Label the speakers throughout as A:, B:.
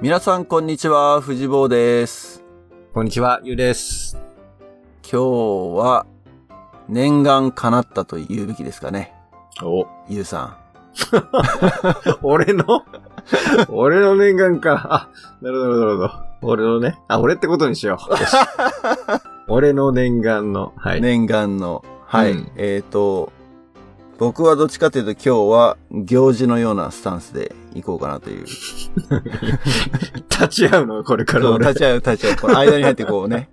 A: 皆さん、こんにちは。藤坊です。
B: こんにちは、ゆうです。
A: 今日は、念願叶ったと言うべきですかね。
B: お、
A: ゆうさ
B: 俺の 俺の念願か。あ、なるほど、なるほど。俺のね。あ、俺ってことにし よう。よし俺の念願の。は
A: ん。
B: い。
A: 念願の。はい。
B: うん
A: えっ、と、僕はどっちかというと今日は行事のようなスタンスで行こうかな という。
B: 立ち会うの、これから
A: そう
B: 俺。
A: 立ち会う立ち会う。この間に入ってこう ね。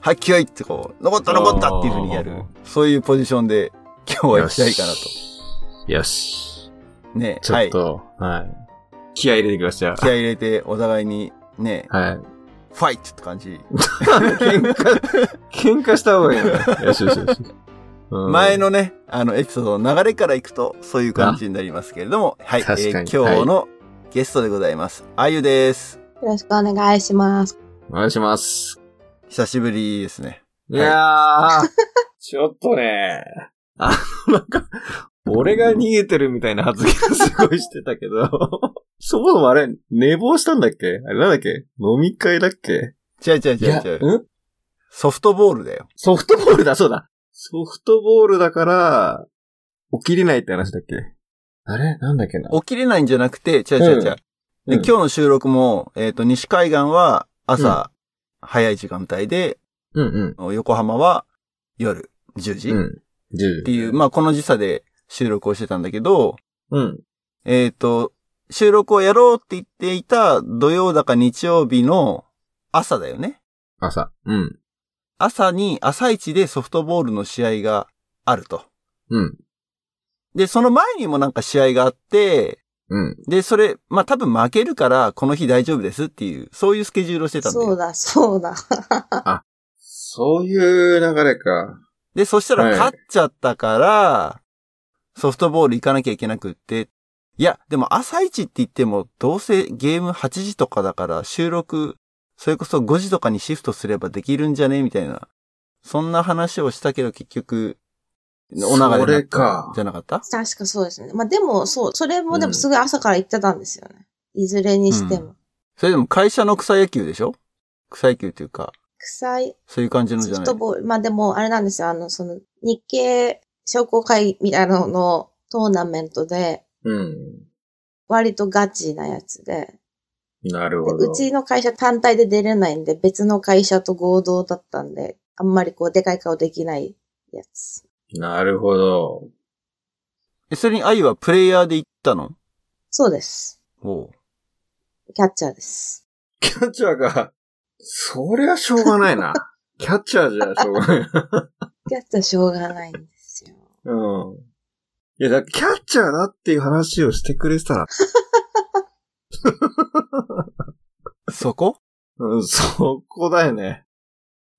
A: はっきよいってこう、残った残ったっていうふうにや
B: あ
A: る
B: ー。
A: そういうポジションで今日は行きたいかな
B: よ
A: と。
B: し。よし。
A: ね。
B: ち
A: は
B: ょっ
A: い。
B: と、はい。気合い入れてきました
A: 気合い入れてお互いにね、
B: はい。
A: ファイトって感じ。
B: 喧嘩、喧嘩した方がいいな。よしよし よし。うん
A: 前、のね、あの、エピソードの流れからいくと、そういう感じになりますけれども、はい、え
B: 確
A: ー
B: かに
A: 今日のゲストでございます。あゆです。
C: よろしくお願いします。
B: お願いします。
A: 久しぶりですね。
B: いやー、 ちょっとね、あの、なんか、俺が逃げてるみたいな発言すごいしてたけど、 そもそもあれ、寝坊したんだっけあれなんだっけ飲み会だっけ
A: 違う違う違う違う。
B: ん
A: ソフトボールだよ。
B: ソフトボールだ、そうだ。ソフトボールだから、起きれないって話だっけあれなんだっけな
A: 起きれないんじゃなくて、違う違う違う。で
B: う
A: 今
B: ん
A: 日の収録も、えっ、と、西海岸は朝早い時間帯で、
B: うんうん。
A: 横浜は夜10時っ
B: うん。10
A: ていう、まあ、この時差で収録をしてたんだけど、
B: うん。
A: えっ、と、収録をやろうって言っていた土曜だか日曜日の朝だよね。
B: 朝。うん。
A: 朝に、朝一でソフトボールの試合があると。
B: うん。
A: で、その前にもなんか試合があって、
B: うん。
A: で、それ、まあ、多分負けるから、この日大丈夫ですっていう、そういうスケジュールをしてたんだ
C: そう
A: よ。
C: だ、そうだ。
B: そういう流れか。
A: で、そした
B: は
A: ら
B: い
A: 勝っちゃったから、ソフトボール行かなきゃいけなくって、いや、でも朝一って言っても、どうせゲーム8時とかだから収録、それこそ5時とかにシフトすればできるんじゃねみたいな。そんな話をしたけど結局、お流れになった
B: それか
A: じゃなかった
C: 確かそうですね。まあでも、そう、それ
B: う
C: も
B: ん
C: でもすごい朝から行ってたんですよね。いずれにしても。
A: それでも会社の草野球でしょ草野球っていうか、
C: 臭い
A: そういう感じのじゃ
C: ソフ
A: ない
C: トボール。まあでも、あれなんですよ。あの、その、日経商工会みたいなののトーナメントで、
B: うん。
C: 割とガチなやつで
B: なる
C: で、うちの会社単体で出れないんで、別の会社と合同だったんで、あんまりこう、でかい顔できないやつ。
B: なるほど。
A: えそれに愛はプレイヤーで行ったの
C: そうです。
A: おう
C: キャッチャーです。
B: キャッチャーが、そりゃしょうが ないな。キャッチャーじゃしょうがない。
C: キャッチャーしょうがないんですよ。
B: うん。いや、だキャッチャーだっていう話をしてくれてたら、
A: そこ
B: うん、そこだよね。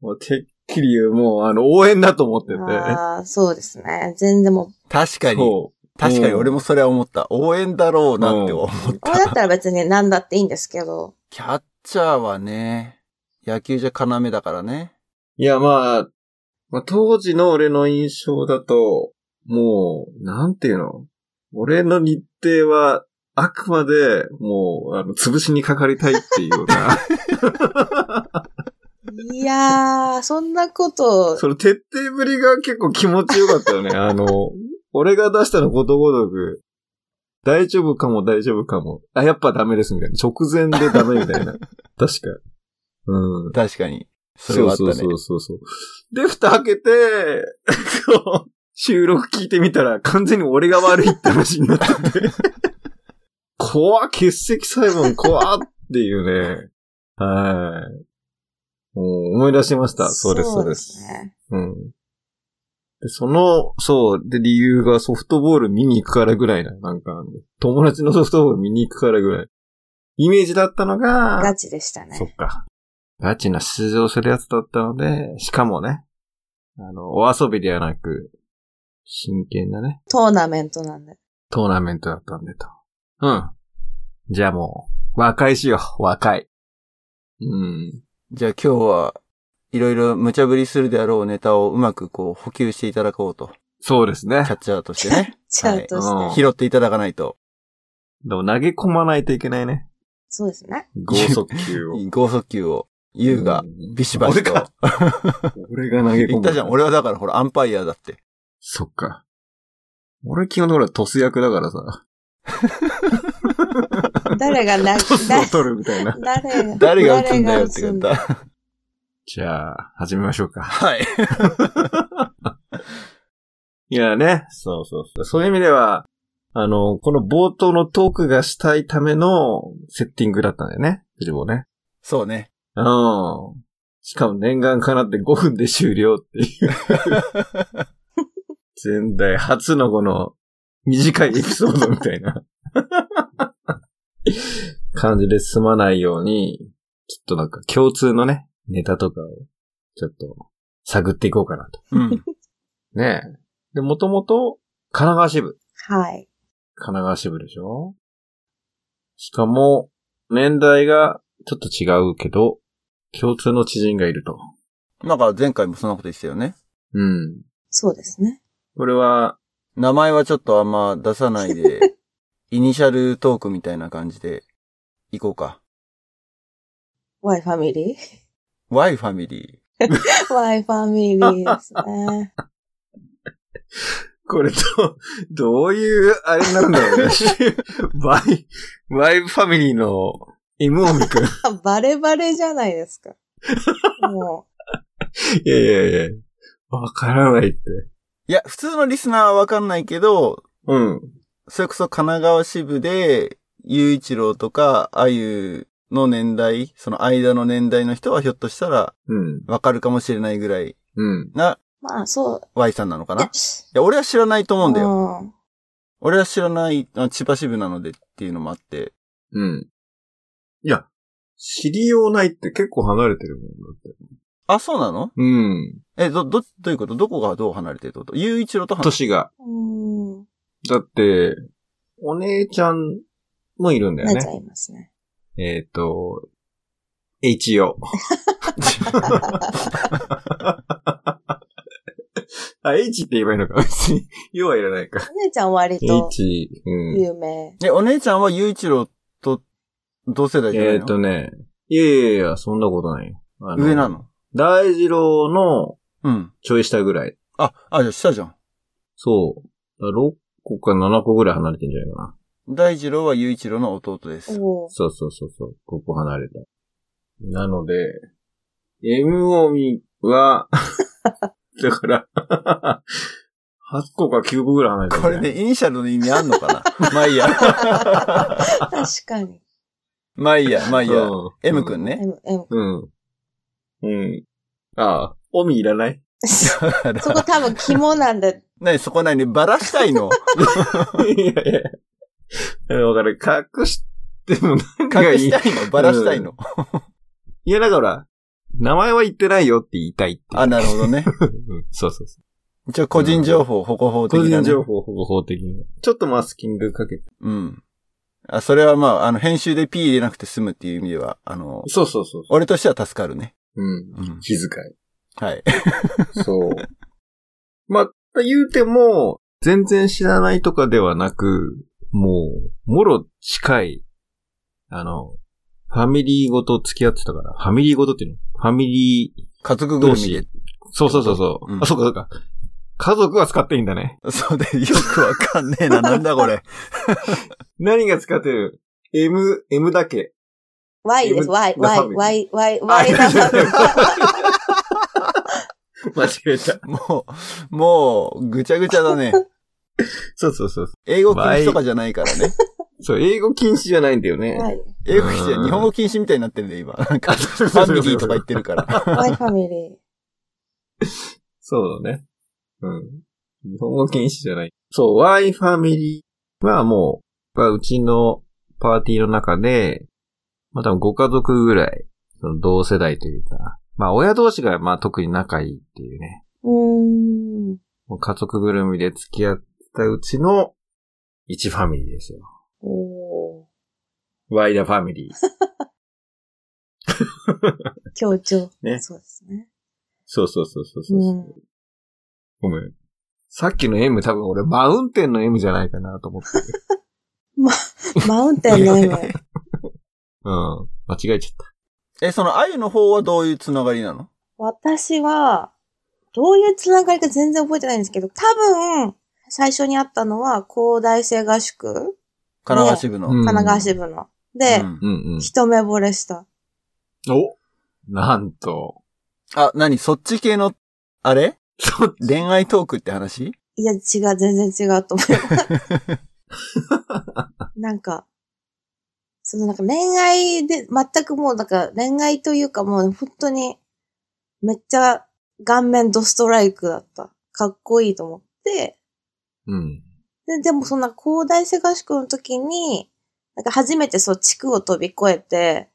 B: もう、てっきり言う、もう、あの、応援だと思ってて。
C: ああ、そうですね。全然も
A: 確かに。
B: そ
A: 確かに俺もそれは思った。応援だろうなって思った。
C: う。これだったら別に何だっていいんですけど。
A: キャッチャーはね、野球じゃ要だからね。
B: う。いや、まあ、まあ、当時の俺の印象だと、もう、なんていうの俺の日程は、あくまで、もう、あの、潰しにかかりたいっていうような。
C: いやー、そんなこと、
B: その徹底ぶりが結構気持ちよかった よね。あの、俺が出したのことごとく、大丈夫かも大丈夫かも。あ、やっぱダメですみたいな。直前でダメみ たいな。確か。うん。
A: 確かに。それはあったね。
B: そうそうそうそう。で、蓋開けて、 こう収録聞いてみたら完全に俺が悪いって話になって て。怖っ欠席裁判怖っっていうね。はい。もう思い出しました。そうです、そうです。
C: ね。
B: うん。で、その、そう、で、理由がソフトボール見に行くからぐらいな。なんか、友達のソフトボール見に行くからぐらい。イメージだったのが、
C: ガチでしたね
B: そ。っか。ガチな出場するやつだったので、しかもね、あの、お遊びではなく、真剣なね、
C: トーナメントなんで。
B: トーナメントだったんでと。うん。じゃあもう、和解しよう、和解。うん。
A: じゃあ今日はいろいろ無茶ぶりするであろうネタをうまくこう補給していただこうと。
B: そうですね
A: キャ。ッチャーとしてね。
C: ちゃんと して。
B: はいうん
A: 拾っていただかないと。
B: でも投げ込まないといけないね。
C: そうですね。
B: 剛速球を。
A: 剛速球を、優が
B: うん、
A: ビシバシと。
B: 俺か俺が投げ込む。
A: 言ったじゃん。俺はだからほら、アンパイアだって。
B: そっか。俺基本のところトス役だからさ。
C: 誰 がな、
B: トスを取るみたいな。
C: 誰誰が、
A: 誰が打つんだよって
C: 誰が打つ
A: 言っ
C: んだ
A: た。
B: じゃあ、始めましょうか。
A: はい。
B: いやね。そうそうそう。そういう意味では、あの、この冒頭のトークがしたいためのセッティングだったんだよね。藤本ね。
A: そうね。
B: うん。しかも念願かなって5分で終了っていう。前代初のこの短いエピソードみたいな感じで済まないように、ちょっとなんか共通のね、ネタとかをちょっと探っていこうかなと。
A: うん。
B: ねえ。で、もともと神奈川支部。
C: はい。
B: 神奈川支部でしょしかも、年代がちょっと違うけど、共通の知人がいると。
A: なんか前回もそんなこと言ってたよね。
B: うん。
C: そうですね。
B: これは、
A: 名前はちょっとあんま出さないで、 イニシャルトークみたいな感じで、行こうか。
C: Y ファミリ
A: Y ファミリ
C: ー ?Y ファミリーですね。
B: これと、どういう、あれになるん だろうね。ワイ、ワイファミリーの M を見くん。い
C: バレバレじゃないですか。も
B: やいやいや、わからないって。
A: ー。いや、普通のリスナーはわかんないけど、
B: うん。
A: それこそ神奈川支部で、雄一郎とか、あゆの年代、その間の年代の人はひょっとしたら
B: うん。
A: わかるかもしれないぐらい
B: うん。
A: な
C: う、まあそう。
A: Y さんなのか
C: い
A: な
C: や
A: いや、俺は知らないと思うんだよ。
C: うん
A: 俺は知らない、あ千葉支部なのでっていうのもあって。
B: うん。いや、知りようないって結構離れてるもんだって。
A: あ、そうなの
B: うん。
A: え、ど、ど、どういうことどこがどう離れてるってこと雄一郎と離れて
B: 年が。
C: うん。
B: だって、お姉ちゃんもいるんだよ
C: なっちゃ
B: ね。
C: いますね。
B: えっ、と、HO。あ、H って言えばいいのか。別に、 要はいらないか。
C: お姉ちゃん割と
B: H、うん。
C: 有名。
A: え、お姉ちゃんは雄一郎と同世代じゃな
B: え
A: い
B: っ、
A: の、
B: とね、いやいやいや、そんなことないよ。あ
A: 上なの
B: 大二郎の
A: うん。
B: ちょい下ぐらい。
A: あ、あ、じゃあ下じゃん。
B: そう。6個か7個ぐらい離れてんじゃないかな。
A: 大二郎は雄一郎の弟です。
C: おー
B: そうそうそうそう。ここ離れた。なので、M オミ は、だから、8個か9個ぐらい離れてる
A: これ
B: ね。
A: ね、イニシャルの意味あんのかな まあいいや。
C: 確 かに。
A: まあいいや、まあいいや。
B: うん
A: M くんね。
C: M、M。
B: うん。うん。ああ、オミいらない
C: そこ多分肝なんで、
A: な に、そこなにばらしたい の
B: いやいや。わかる。隠してもなんか
A: 隠
B: いい
A: し。たいのばらしたいの、
B: いや、だから、名前は言ってないよって言いたいっていう。
A: あ、なるほどね。
B: うんそうそうそう。
A: 一応個人情報、保護法的
B: 個
A: な、ね。
B: 人情報保護法的に。ちょっとマスキングかけて。
A: うん。あ、それはまあ、あの、編集で P 入れなくて済むっていう意味では、あの、
B: そうそうそうそ
A: 俺としては助かるね。
B: う。うん。
A: うん。
B: 気遣い。
A: はい。
B: そう。 まあ、言うても、全然知らないとかではなく、もう、もろ近い、あの、ファミリーごと付き合ってたから、ファミリーごとっていうのファミリー、
A: 家族ぐるみ
B: どう
A: で。
B: そうそうそうそう、
A: うん
B: あ、そうかそうか。家族は使っていいんだね。
A: そうで、よくわかんねえな。なんだこれ。
B: 何が使ってる ?M、M だけ。
C: Y です。Y、
B: The
C: Y、
B: family
C: Y、Y、
B: あ
C: Y だ。
B: 間違えた。
A: もう、もう、ぐちゃぐちゃだね。
B: そうそうそう。
A: 英語禁止とかじゃないからね。
B: そう、英語禁止じゃないんだよね。
C: Y、
A: 英語禁止じゃ
B: うん
A: 日本語禁止みたいになってるんで、今。なんか、フ
B: フ
A: ァミリーとか言ってるから。
C: Y ファミリー。
B: そうだね。うん。日本語禁止じゃない。そう、Y ファミリーはもう、まあうちのパーティーの中で、まあ多分ご家族ぐらい、その同世代というか、まあ親同士がまあ特に仲いいっていうね、
C: うーん。
B: もう家族ぐるみで付き合ったうちの1ファミリーですよ。
C: おー
B: Y だファミ リー。
C: 強調。
B: ね
C: そうですね。
B: そうそうそうそうそう、
C: うん。
B: ごめん。さっきの M 多分俺マウンテン の M じゃないかなと思って。
C: マウンテンの M。
B: うん。間違えちゃった。
A: え、その、あゆの方はどういうつながりなの
C: 私は、どういうつながりか全然覚えてないんですけど、多分、最初にあったのは、高大生合宿
A: 神奈川支部の。
B: うん
C: 神奈川支部の。で、
A: うん
B: うんうん。
C: 一目惚れした。
B: おなんと。
A: あ、なに、そっち系の、あれ
B: そ
A: 恋愛トークって話
C: いや、違う、全然違うと思います。なんか、そのなんか恋愛で、全くもうなんか恋愛というかもう本当に、めっちゃ顔面ドストライクだった。かっこいいと思って、
B: うん。
C: で、でもそんな広大世合宿の時に、なんか初めてそう地区を飛び越えて、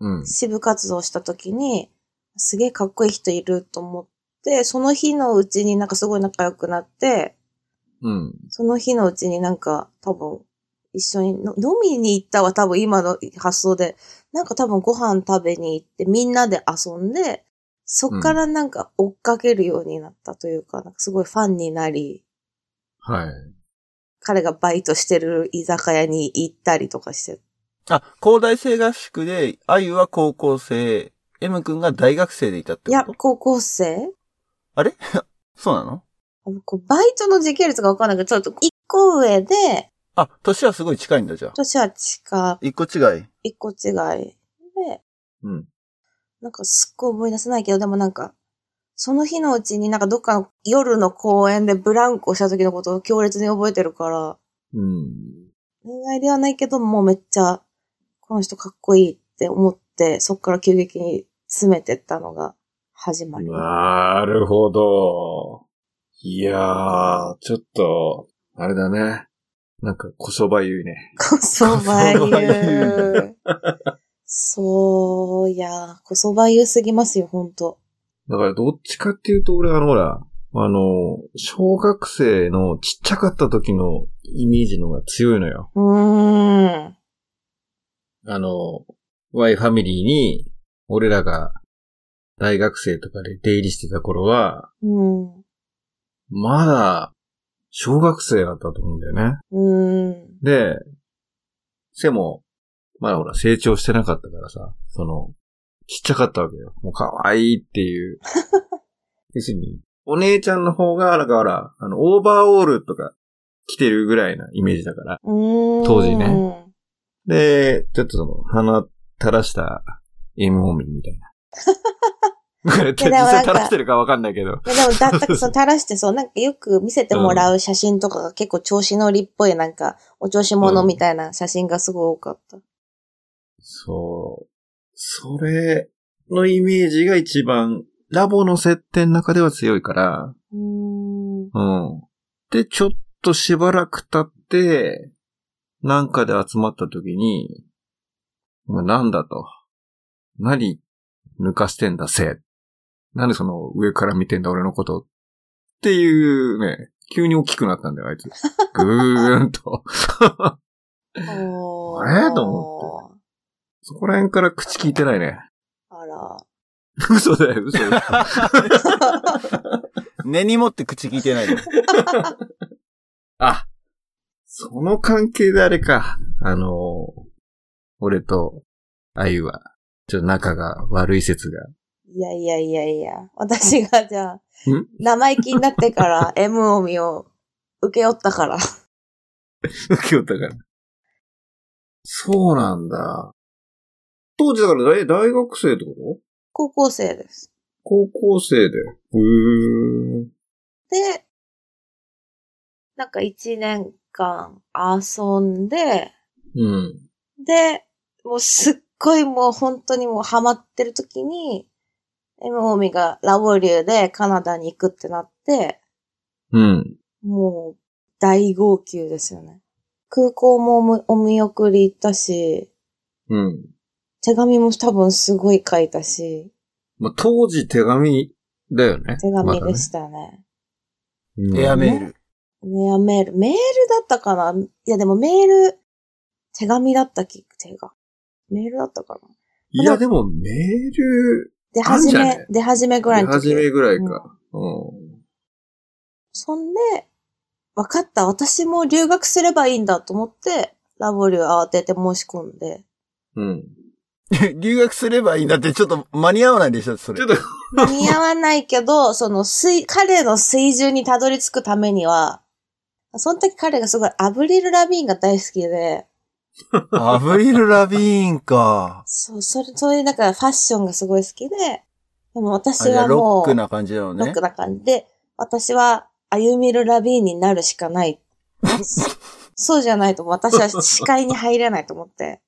B: うん。
C: 支部活動した時に、すげえかっこいい人いると思って、その日のうちになんかすごい仲良くなって、
B: うん。
C: その日のうちになんか多分一緒にの飲みに行ったは多分今の発想で、なんか多分ご飯食べに行ってみんなで遊んで、そっからなんか追っかけるようになったというか、なんかすごいファンになり、
B: はい。
C: 彼がバイトしてる居酒屋に行ったりとかして、
A: あ、高大生合宿で、あゆは高校生、M 君が大学生でいたって
C: いや
A: こと、
C: 高校生
A: そうなの
C: あのこうバイトの時系列がわかんないけど、ちょっと一個上で、
A: あ、年はすごい近いんだ、じゃあ。
C: 年は近
A: 一個違い。
C: い、一個違いで、
B: うん。
C: なんかすっごい思い出せないけど、でもなんか、その日のうちになんかどっかの夜の公園でブランコした時のことを強烈に覚えてるから、
B: うん。
C: 恋愛ではないけど、もうめっちゃ、この人かっこいいって思って、そっから急激に詰めてったのが始まり。
B: なるほど。いやー、ちょっと、あれだね。なんか、こそばゆいね。
C: こそば
A: こそばゆ
C: ゆ。 そう、いやー、こそばゆすぎますよ、ほんと。
B: だから、どっちかっていうと、俺、あの、ほら、あの、小学生のちっちゃかった時のイメージの方が強いのよ。
C: うーん。
B: あの、Y ファミリーに、俺らが大学生とかで出入りしてた頃は、
C: うん。
B: まだ、小学生だったと思うんだよね。
C: うん。
B: で、背も、まだほら成長してなかったからさ、その、ちっちゃかったわけよ。もう可愛いっていう。要するに、お姉ちゃんの方が、だから、あの、オーバーオールとか着てるぐらいなイメージだから。
C: うん。
B: 当時ね。で、ちょっとその、鼻垂らした、エモミみたいな。 これって
C: い
B: 実
C: やでもな
B: 際
C: んか
B: 垂らしてるかわかんないけど。
C: いやでも、だったくその垂らしてそう、なんかよく見せてもらう写真とかが結構調子乗りっぽい、なんか、お調子者みたいな写真がすごい多かった。
B: そう。それのイメージが一番、ラボの設定の中では強いから、
C: うーん。
B: うん。で、ちょっとしばらく経って、なんかで集まった時に、お前なんだと。何、抜かしてんだせ。なんでその上から見てんだ俺のこと。っていうね、急に大きくなったんだよ、あいつ。ぐーんと。
C: お
B: あれと思
C: って。
B: そこら辺から口聞いてないね。
C: あら。
B: 嘘だよ、嘘だよ。
A: 根に持って口聞いてない の。
B: あ、その関係であれか。あのー、俺と、あゆは、ちょっと仲が悪い説が。
C: いやいやいやいや。私がじゃあ
B: ん、
C: 生意気になってから M をみを受け負ったから。
B: 受け負ったから。そうなんだ。当時だから、え、大学生ってこと
C: 高校生です。
B: 高校生で。うーん。
C: で、なんか一年間遊んで、
B: うん。
C: で、もうすっごいもう本当にもうハマってる時に、エムオミがラボリューでカナダに行くってなって、
B: うん。
C: もう大号泣ですよね。空港もおむお見送り行ったし、
B: うん。
C: 手紙も多分すごい書いたし、
B: まあ、当時手紙だよね。
C: 手紙で
B: し
C: したね。
B: た
A: エアメール。
C: ね、あメール、メールだったかないやでもメール、手紙だったき、手が。メールだったかない
B: や、でも、メール、
C: 出
B: あん
C: 始
B: じゃ
C: め、
B: ね
C: 出始めぐらいの時。
B: 初めぐらいか。うん
C: そんで、分 かった、私も留学すればいいんだと思って、ラボリュー慌てて申し込んで、
B: うん。
A: 留学すればいいんだって、ちょっと間に合わないでしょ、そ
B: ち
A: れ
B: ょっ。と、
C: 間に合わないけど、その水、彼の水準にたどり着くためには、その時彼がすごいアブリル・ラビーンが大好きで、
A: アブリル・ラビーンか。
C: そう、それ、そういうだからファッションがすごい好きで、でも
A: あ
C: 私
A: じゃあ
C: は
A: ロ
C: も
A: ッ
C: う、
A: クな感じだよ
C: ロッ
A: ね
C: ク。な感じで、私は歩みるラビーンになるしか ない。そそうじゃないと私は視界に入れないと思って。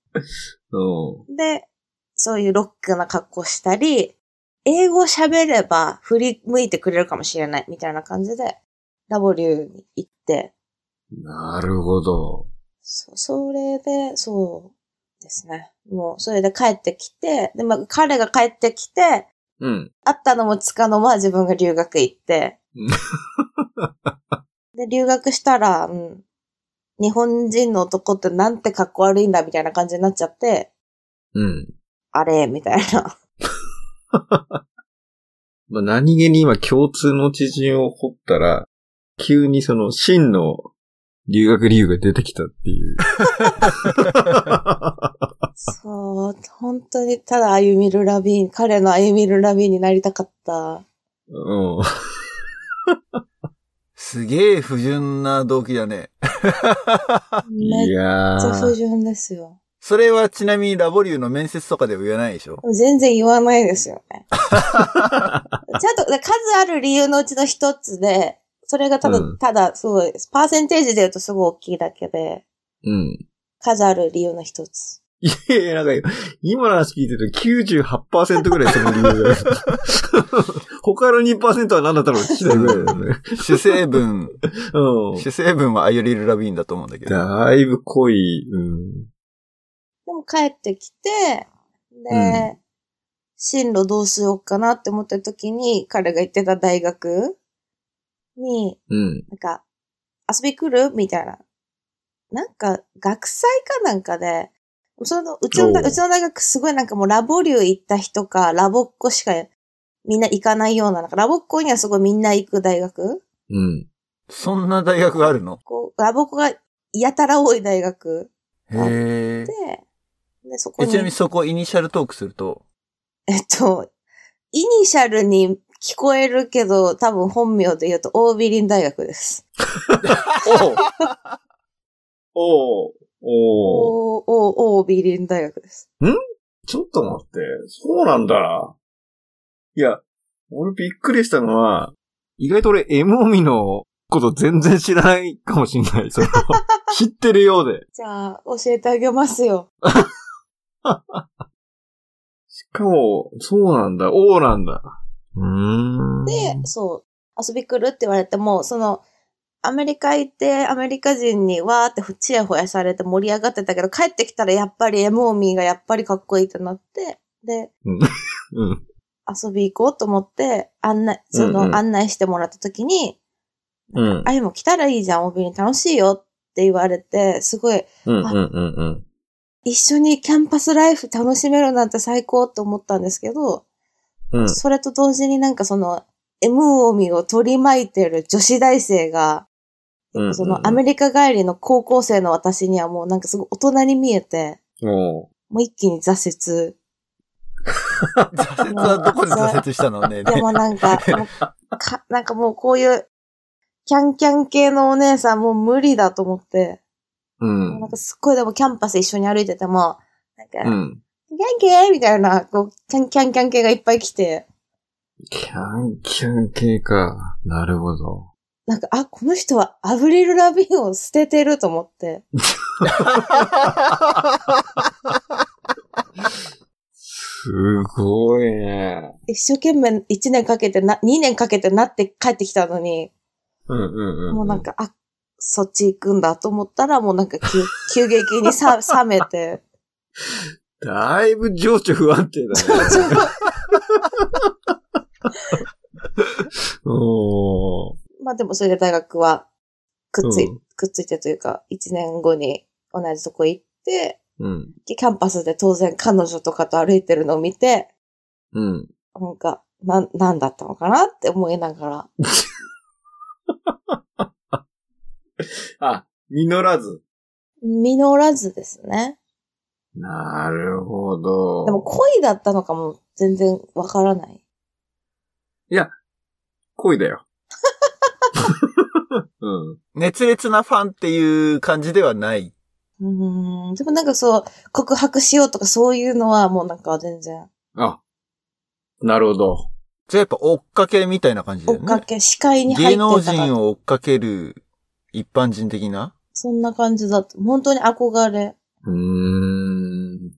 B: う
C: で、そういうロックな格好したり、英語喋れば振り向いてくれるかもしれないみたいな感じで、ラボリューに行って、
B: ん。なるほど。
C: そそれで、そうですね。もう、それで帰ってきて、で、まあ、彼が帰ってきて、
B: うん。
C: 会ったのもつかの間自分が留学行って
B: うん。
C: で、留学したら、うん、日本人の男ってなんて格好悪いんだみたいな感じになっちゃって、
B: うん。
C: あれみたいな。
B: まあ、何気に今共通の知人を掘ったら、急にその真の留学理由が出てきたっていう。
C: そう、本当にただ歩みるラビーン、彼の歩みるラビーンになりたかった。
B: うん。
A: すげえ不純な動機だね。
C: め
B: い
C: っち
B: や
C: ゃ不
B: ー。
C: 純ですよ。
A: それはちなみにラボリューの面接とかでは言えないで しょ
C: 全然言わないですよ ね。ちゃんと、で数ある理由のうちの一つで、それがただ、
B: うん
C: ただ、すごい、パーセンテージで言うとすごい大きいだけで、
B: うん。
C: 数ある理由の一つ。
B: いやいや、なんか、今の話聞いてると98%ぐらいその理由が。他の2%は何だったのか聞きたいぐらいだよね。
A: 主成分、
B: う
A: 主成分はアユリル・ラビーンだと思うんだけ
B: ん。
A: ど。
B: だいぶ濃い。うん。
C: でも帰ってきて、で、進路どうしようかなって思った時に、彼が行ってた大学に、
B: うん。
C: なんか、遊び来るみたいな。なんか、学祭かなんかで、その、うちの
B: お
C: 大、
B: う
C: うちの大学すごいなんかもうラボ流行った人か、ラボっ子しかみんな行かないような、なんかラボっ子にはすごいみんな行く大学
B: うん。
A: そんな大学があるの
C: こう、ラボっ子がやたら多い大学
A: へえ
C: で。、で、そこ
A: え
C: に。
A: ちなみにそこイニシャルトークすると、
C: えっと、イニシャルに聞こえるけど、多分本名で言うと、オービリン大学です。
B: おうおお
C: おー、おー、オービリン大学です。
B: ちょっと待って。そうなんだ。いや、俺びっくりしたのは、意外と俺、エモミのこと全然知らないかもしんない。 その知ってるようで。
C: じゃあ、教えてあげますよ。
B: しかも、そうなんだ、おうなんだ。うーん。
C: で、そう、遊び来るって言われても、その、アメリカ行って、アメリカ人にわーってふちやほやされて盛り上がってたけど、帰ってきたらやっぱりエモーミーがやっぱりかっこいいってなって、で、
B: うん。
C: 遊び行こうと思って、案内、
B: う
C: そ
B: んうん
C: の案内してもらった時に、
B: うん。
C: あゆも来たらいいじゃん、帯に楽しいよって言われて、すごい、
B: うん。うん。うん。
C: 一緒にキャンパスライフ楽しめるなんて最高って思ったんですけど、
B: うん。
C: それと同時になんかその、M 帯を取り巻いてる女子大生が、
B: うん。
C: そのアメリカ帰りの高校生の私にはもうなんかすごい大人に見えて、
B: リカ。おう
C: もう一気に挫折。
A: 挫折はどこで挫折 したのね。
C: でもなんか、もうかなんかもうこういう、キャンキャン系のお姉さんもう無理だと思って、
B: うん
C: なん。かすっごいでもキャンパス一緒に歩いてても、なんか、
B: うん。
C: キャンケーみたいな、こう、キャンキャンキャン系がいっぱい来て、
B: キャンキャン系か。なるほど。
C: なんか、あ、この人はアブリル・ラビーンを捨ててると思って。
B: すごいね。
C: 一生懸命1年かけてな、2年かけてなって帰ってきたのに、
B: うんうんうん。
C: もうなん。か、あ、そっち行くんだと思ったら、もうなんか 急、急激にさ、冷めて。
B: だいぶ情緒不安定だね。おー。
C: まあでもそれで大学は、くっつい、
B: うん
C: くっついてというか、1年後に同じとこ行って、
B: うん。
C: でキャンパスで当然彼女とかと歩いてるのを見て、
B: うん。
C: なんか、なん、なんだったのかなって思いながら、
B: あ、実らず。
C: 実らずですね。
B: なるほど。
C: でも恋だったのかも全然わからない。
B: 恋だよ。 うん。
A: 熱烈なファンっていう感じではない。
C: うーん。でもなんかそう、告白しようとかそういうのはもうなんか全然、
B: あ、なるほど。
A: じゃあやっぱ追っかけみたいな感じだ
C: 追
A: よ
C: っか
A: ね。
C: け、視界に入っ
A: 芸
C: て
A: 能
C: たか
A: 人
C: ら、
A: を追っかける一般人的な
C: そんな感じだった。本当に憧れ。
B: うーん。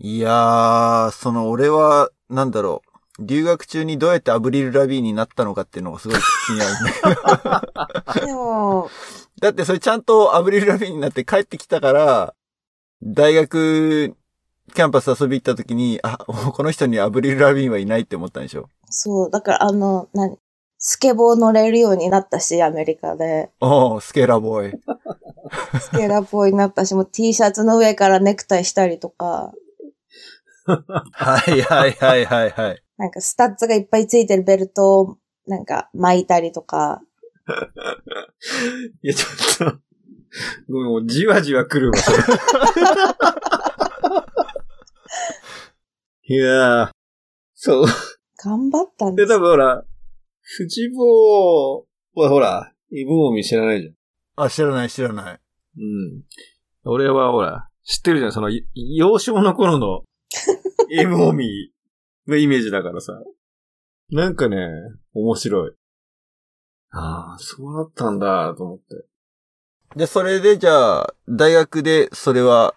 A: いやー、その俺は、なんだろう。留学中にどうやってアブリル・ラビーンになったのかっていうのがすごい気になるね。
C: でも、
A: だってそれちゃんとアブリル・ラビーンになって帰ってきたから、大学キャンパス遊び行った時に、あ、この人にアブリル・ラビーンはいないって思ったんでしょ。
C: そう、だからあの、何スケボー乗れるようになったし、アメリカで。
A: おうスケラボーイ。
C: スケラボーイになったし、もう T シャツの上からネクタイしたりとか、
A: はいはいはいはいはい。
C: なんかスタッツがいっぱいついてるベルトを、なんか巻いたりとか、
B: いや、ちょっと、ごめん、もうじわじわ来 るわ。いやー。そう。
C: 頑張ったんで
B: で、
C: す
B: 多分ほら、藤棒、ほら、ほら、イブも見知らないじゃん。
A: あ、知らない知らない。
B: うん。俺はほら、知ってるじゃん、その、い幼少の頃の、エムオミのイメージだからさ。なんかね、面白い。ああ、そうなったんだ、と思って。
A: で、それでじゃあ、大学でそれは、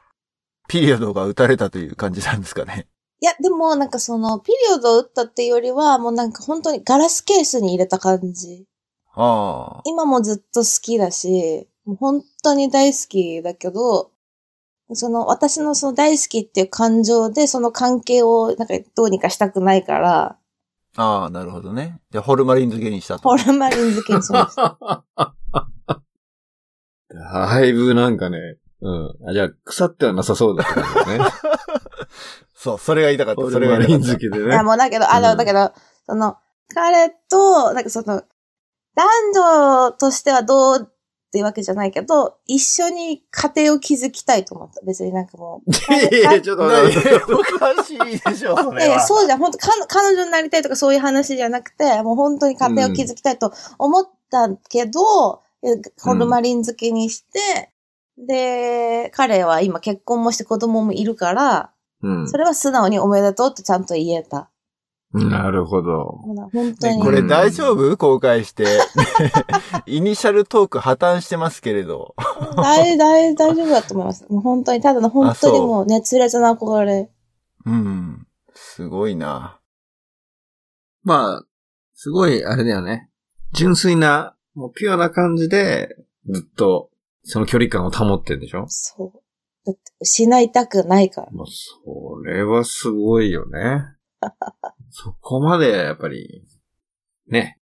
A: ピリオドが打たれたという感じなんですかね。
C: いや、でも、なんかその、ピリオドを打ったっていうよりは、もうなんか本当にガラスケースに入れた感じ。
A: ああ。
C: 今もずっと好きだし、もう本当に大好きだけど、その、私のその大好きっていう感情で、その関係を、なんかどうにかしたくないから、
A: ああ、なるほどね。じゃあ、ホルマリン漬けにしたと。
C: ホルマリン漬けにしました。
B: だいぶなんかね、うん。あじゃあ、腐ってはなさそうだったんだよね。
A: そう、それが言いたかった。それが
B: マ
A: 言
B: リ
A: い
B: ン
A: たかっ
B: 漬けで
C: いや、
B: ね。
C: もうだけど、あ
B: う
C: の、
B: ん
C: だけど、その、彼と、なんかその、男女としてはどうっていうわけじゃないけど、一緒に家庭を築きたいと思った。別になんかもう。
B: いやいや、ちょっと
A: た。
B: 待って。
A: ねえおかしいでしょ、そ
C: いやい
A: れ
C: や、
A: は。
C: そうじゃん。本当か彼女になりたいとかそういう話じゃなくて、もう本当に家庭を築きたいと思ったけど、えホルマリン漬けにして、で、彼は今結婚もして子供もいるから、
B: うん
C: それは素直におめでとうってちゃんと言えた。
B: なるほど。
C: ほら本当に。
A: これ大丈夫公開して。 イニシャルトーク破綻してますけれど。
C: 大、大、大丈夫だと思います。もう本当に、ただの本当にもう熱烈な憧れ。
A: うん。すごいな。
B: まあ、すごい、あれだよね。純粋な、もうピュアな感じで、ずっと、その距離感を保ってるんでしょ
C: そう。だって、失いたくないから。
B: まあ、それはすごいよね。そこまで、やっぱり、ね、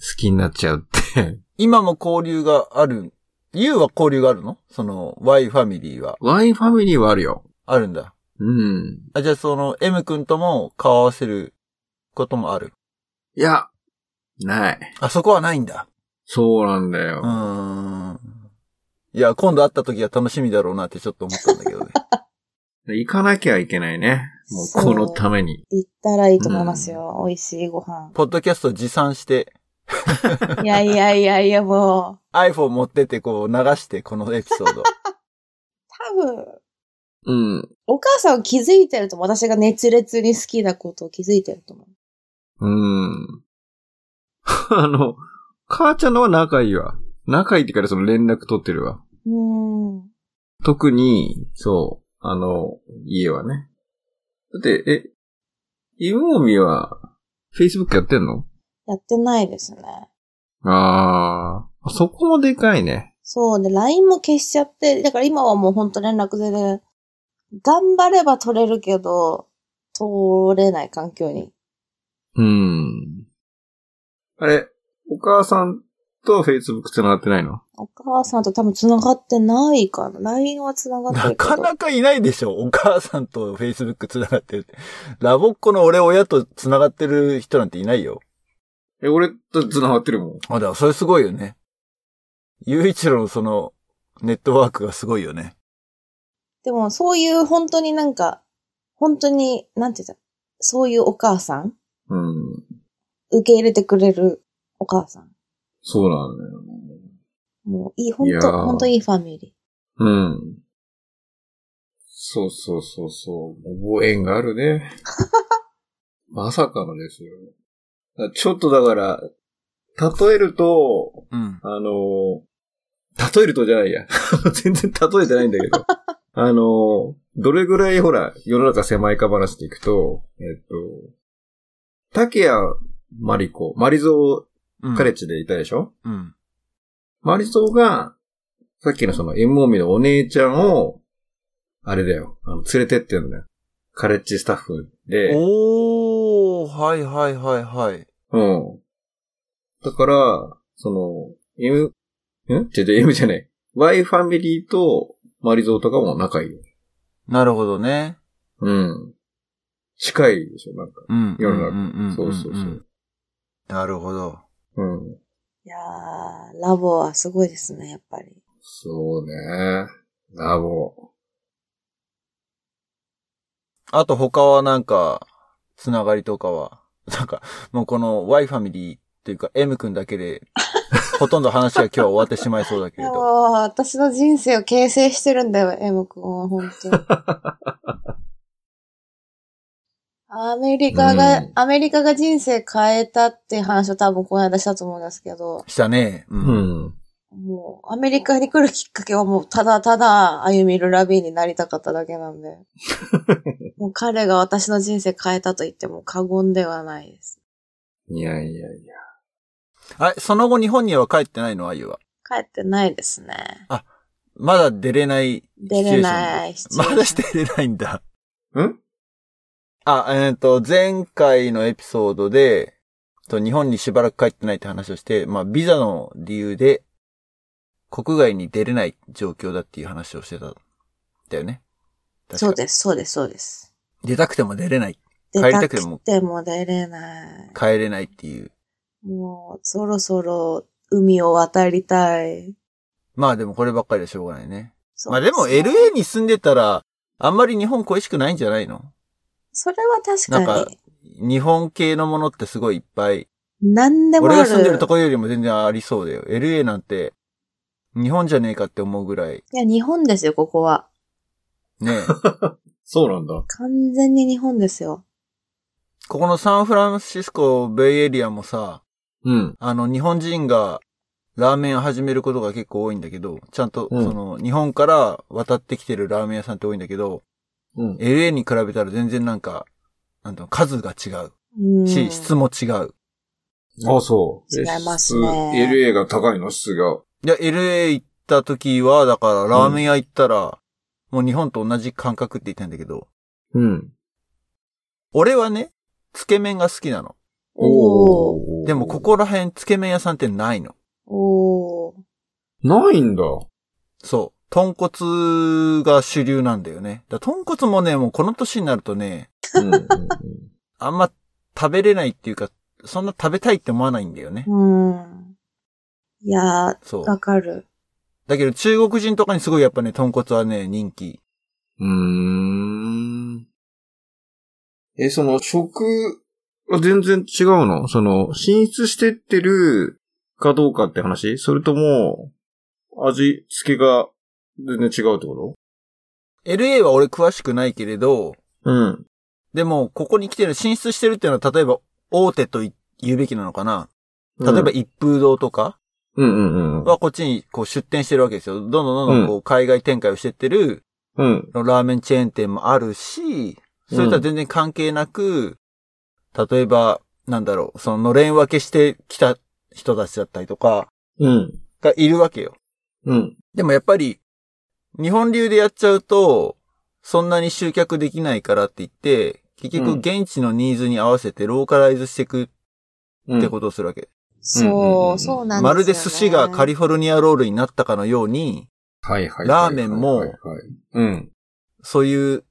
B: 好きになっちゃうって。
A: 今も交流がある。ユウは交流があるのその、Y ファミリーは。
B: ワインファミリーはあるよ。
A: あるんだ。
B: うん。
A: あ、じゃあその、M 君とも顔合わせることもある。
B: いや、ない。
A: あ、そこはないんだ。
B: そうなんだ
A: う
B: よ。
A: ーん。いや、今度会った時は楽しみだろうなってちょっと思ったんだけど ね。
B: 行かなきゃいけないね。もう、
C: そう
B: このために。
C: 行ったらいいと思いますよ。美味しいご飯。
A: ポッドキャスト持参して、
C: いやいやいやいや、も
A: iPhone 持ってってこう流して、このエピソード。
C: う、多分、
B: うん。
C: お母さんは気づいてると思う。私が熱烈に好きなことを気づいてると思う。
B: うん。 あの、母ちゃんのは仲いいわ。仲いいってからその連絡取ってるわ。
C: うーん。
B: 特に、そう、あの、家はね。だって、え、イブモミは、Facebook やってんの
C: やってないですね。
B: あー、そこもでかいね。
C: そうね、LINE も消しちゃって、だから今はもう本当連絡でね、頑張れば取れるけど、取れない環境に。
B: うん。あれ、お母さんと Facebook 繋がってないの
C: お母さんと多分繋がってないかな。LINE は繋がって
A: な
C: るけど。
A: かなかいないでしょお母さんと Facebook 繋がってるって。ラボっ子の俺親と繋がってる人なんていないよ。
B: え、俺と繋がってるもん。
A: あ、だからそれすごいよね。ゆういちろのその、ネットワークがすごいよね。
C: でも、そういう本当になんか、本当に、なんて言ったそういうお母さん
B: うん。
C: 受け入れてくれるお母さん。
B: そうなんだよ。
C: もういい、本
B: いや
C: 当
B: ー
C: 本当いいファミリー。
B: うん。そうそうそうそう。覚えんがあるね。まさかのですよ。だちょっとだから、例えると、
A: うん。
B: あの、例えるとじゃないや。 全然例えてないんだけど。あの、どれぐらいほら、世の中狭いか話でいくと、えっと、竹谷マリコ、マリゾ
A: う
B: ー
A: ん。
B: カレッジでいたでしょ、
A: うん。
B: マリゾーが、さっきのその、エモーミのお姉ちゃんを、あれだよ、あの連れてってんだよ。カレッジスタッフで、
A: おー、はいはいはいはい。
B: うん。だから、その、M、んちょ、ちょ M じゃない。Y ファミリーとマリゾーとかも仲いいよ。
A: なるほどね。
B: うん。近いでしょ、なんか。
A: うん。
B: 世の中
A: うんうんんんん
B: そうそうそう。
A: なるほど。
B: うん。
C: いやー、ラボはすごいですね、やっぱり。
B: そうね。ラボ。
A: あと他はなんか、つながりとかは、 なんか、もうこの Y ファミリーっていうか M 君だけ で、ほとんど話が今日は終わってしまいそうだけ
C: い
A: れ
C: やー
A: ど。
C: 私の人生を形成してるんだよ、エム君は、本当に。 アメリカが、
B: うん
C: アメリカが人生変えたっていう話を多分この間したと思うんですけど、
A: したね。う。
B: うんん。
C: もう、アメリカに来るきっかけはもう、ただただ、歩みルラビーになりたかっただけなん で。もう彼が私の人生変えたと言っても過言ではないです。
B: いやいやいや。
A: あれ、その後日本には帰ってないのあゆは。
C: 帰ってないですね。
A: まだ出れないシチュエ
C: 出
A: ーション。
C: れないシチュエーショ
A: ま
C: ン
A: だして出れないんだ。
B: ん
A: あ、えっ、と、前回のエピソードで、と日本にしばらく帰ってないって話をして、まあ、ビザの理由で、国外に出れない状況だっていう話をしてたんだよね。確か
C: そうです、そうです、そうです。
A: 出たくても出れない。
C: 出
A: 帰り
C: た
A: たくても
C: くても出れない。
A: 帰れないっていう。
C: もう、そろそろ海を渡りたい。
A: まあでもこればっかりはしょうがないね。
C: そう
A: まあでも
C: すね
A: LA に住んでたら、あんまり日本恋しくないんじゃないの
C: それは確
A: な
C: か
A: んか
C: に。
A: 日本系のものってすごいいっぱい。
C: なんでもあ
A: 俺
C: る。
A: が住んでるところよりも全然ありそうだよ。LA なんて、日本じゃねえかって思うぐらい。
C: いや、日本ですよ、ここは。
A: ねえ
B: そうなんだ。
C: 完全に日本ですよ。
A: ここのサンフランシスコベイエリアもさ、
B: うん。
A: あの日本人がラーメンを始めることが結構多いんだけど、ちゃんと
B: うん
A: その日本から渡ってきてるラーメン屋さんって多いんだけど、
B: うん。
A: LA に比べたら全然なんか、なんていうの、数が違
C: う。
A: うんし、質も違う。
B: あ、そう。
C: 違いますね
B: 質 LA が高いの質が。
A: いや、LA 行った時は、だからラーメン屋行ったら、もう日本と同じ感覚って言ったんだけど、
B: うん。
A: 俺はね、つけ麺が好きなの。
C: おー。
B: おー
A: でもこ。こら辺つけ麺屋さんってないの。
C: おー。
B: ないんだ。
A: そう。豚骨が主流なんだよね。だから豚骨もね、もうこの年になるとね、
B: うんうん
A: あんま食べれないっていうか、そんな食べたいって思わないんだよね。
C: うん。いや
A: そう
C: ー、。わかる。
A: だけど中国人とかにすごいやっぱね、豚骨はね、人気。
B: うん。うー ん。え、その、食は全然違うのその、進出してってるかどうかって話それとも、味付けが全然違うってこ
A: LA は俺詳しくないけれど、
B: とうん。
A: でも、ここに来てる、進出してるっていうのは、例えば、大手とい言うべきなのかな例えば、、一風堂とか
B: うんうんうん。
A: は、こっちにこう出店してるわけですよ。どんどんどんどん、こう、海外展開をしてってる、
B: うん。
A: ラーメンチェーン店もあるし、それとは全然関係なく、例えば、なんだろう、その、のれん分けしてきた人たちだったりとか、
B: うん。
A: がいるわけよ。
B: うん。
A: でもやっぱり、日本流でやっちゃうと、そんなに集客できないからって言って、結
B: う
A: 局
B: ん
A: 現地のニーズに合わせてローカライズしていく
B: うん。
A: ってことをするわけ。
B: うんうん
C: そうう、
B: ん
C: そうなんですよ、ね。
A: まるで寿司がカリフォルニアロールになったかのように、
B: はいはいはいはいはい。
A: ラーメンも
B: はいはいうん。
A: そういう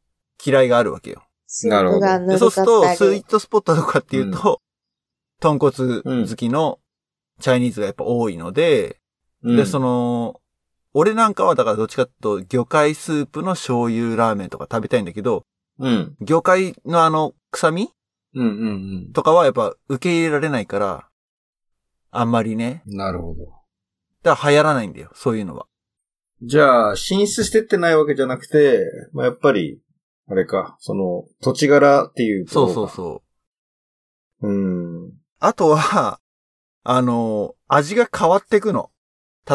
A: 嫌いがあるわけよ。
C: スープ
B: な
C: がぬ
A: で
C: る
A: そう
C: かっ
A: すると、
C: たり。
A: スイートスポットとかっていうと、豚骨好きのチャイニーズがやっぱ多いので、で、そ
B: の、
A: の、俺なんかはだからどっちかっていうと、魚介スープの醤油ラーメンとか食べたいんだけど、
B: うん。
A: 魚介のあの、臭み
B: うんうん
A: とかはやっぱ受け入れられないから、あんまりね。
B: うん。なるほど。
A: だから流行らないんだよ、そういうのは。
B: じゃあ、進出してってないわけじゃなくて、まあ、やっぱり、あれか、その、土地柄っていう
A: そうそう
B: う。
A: そう。
B: うん。
A: あとは、あの、味が変わってくの。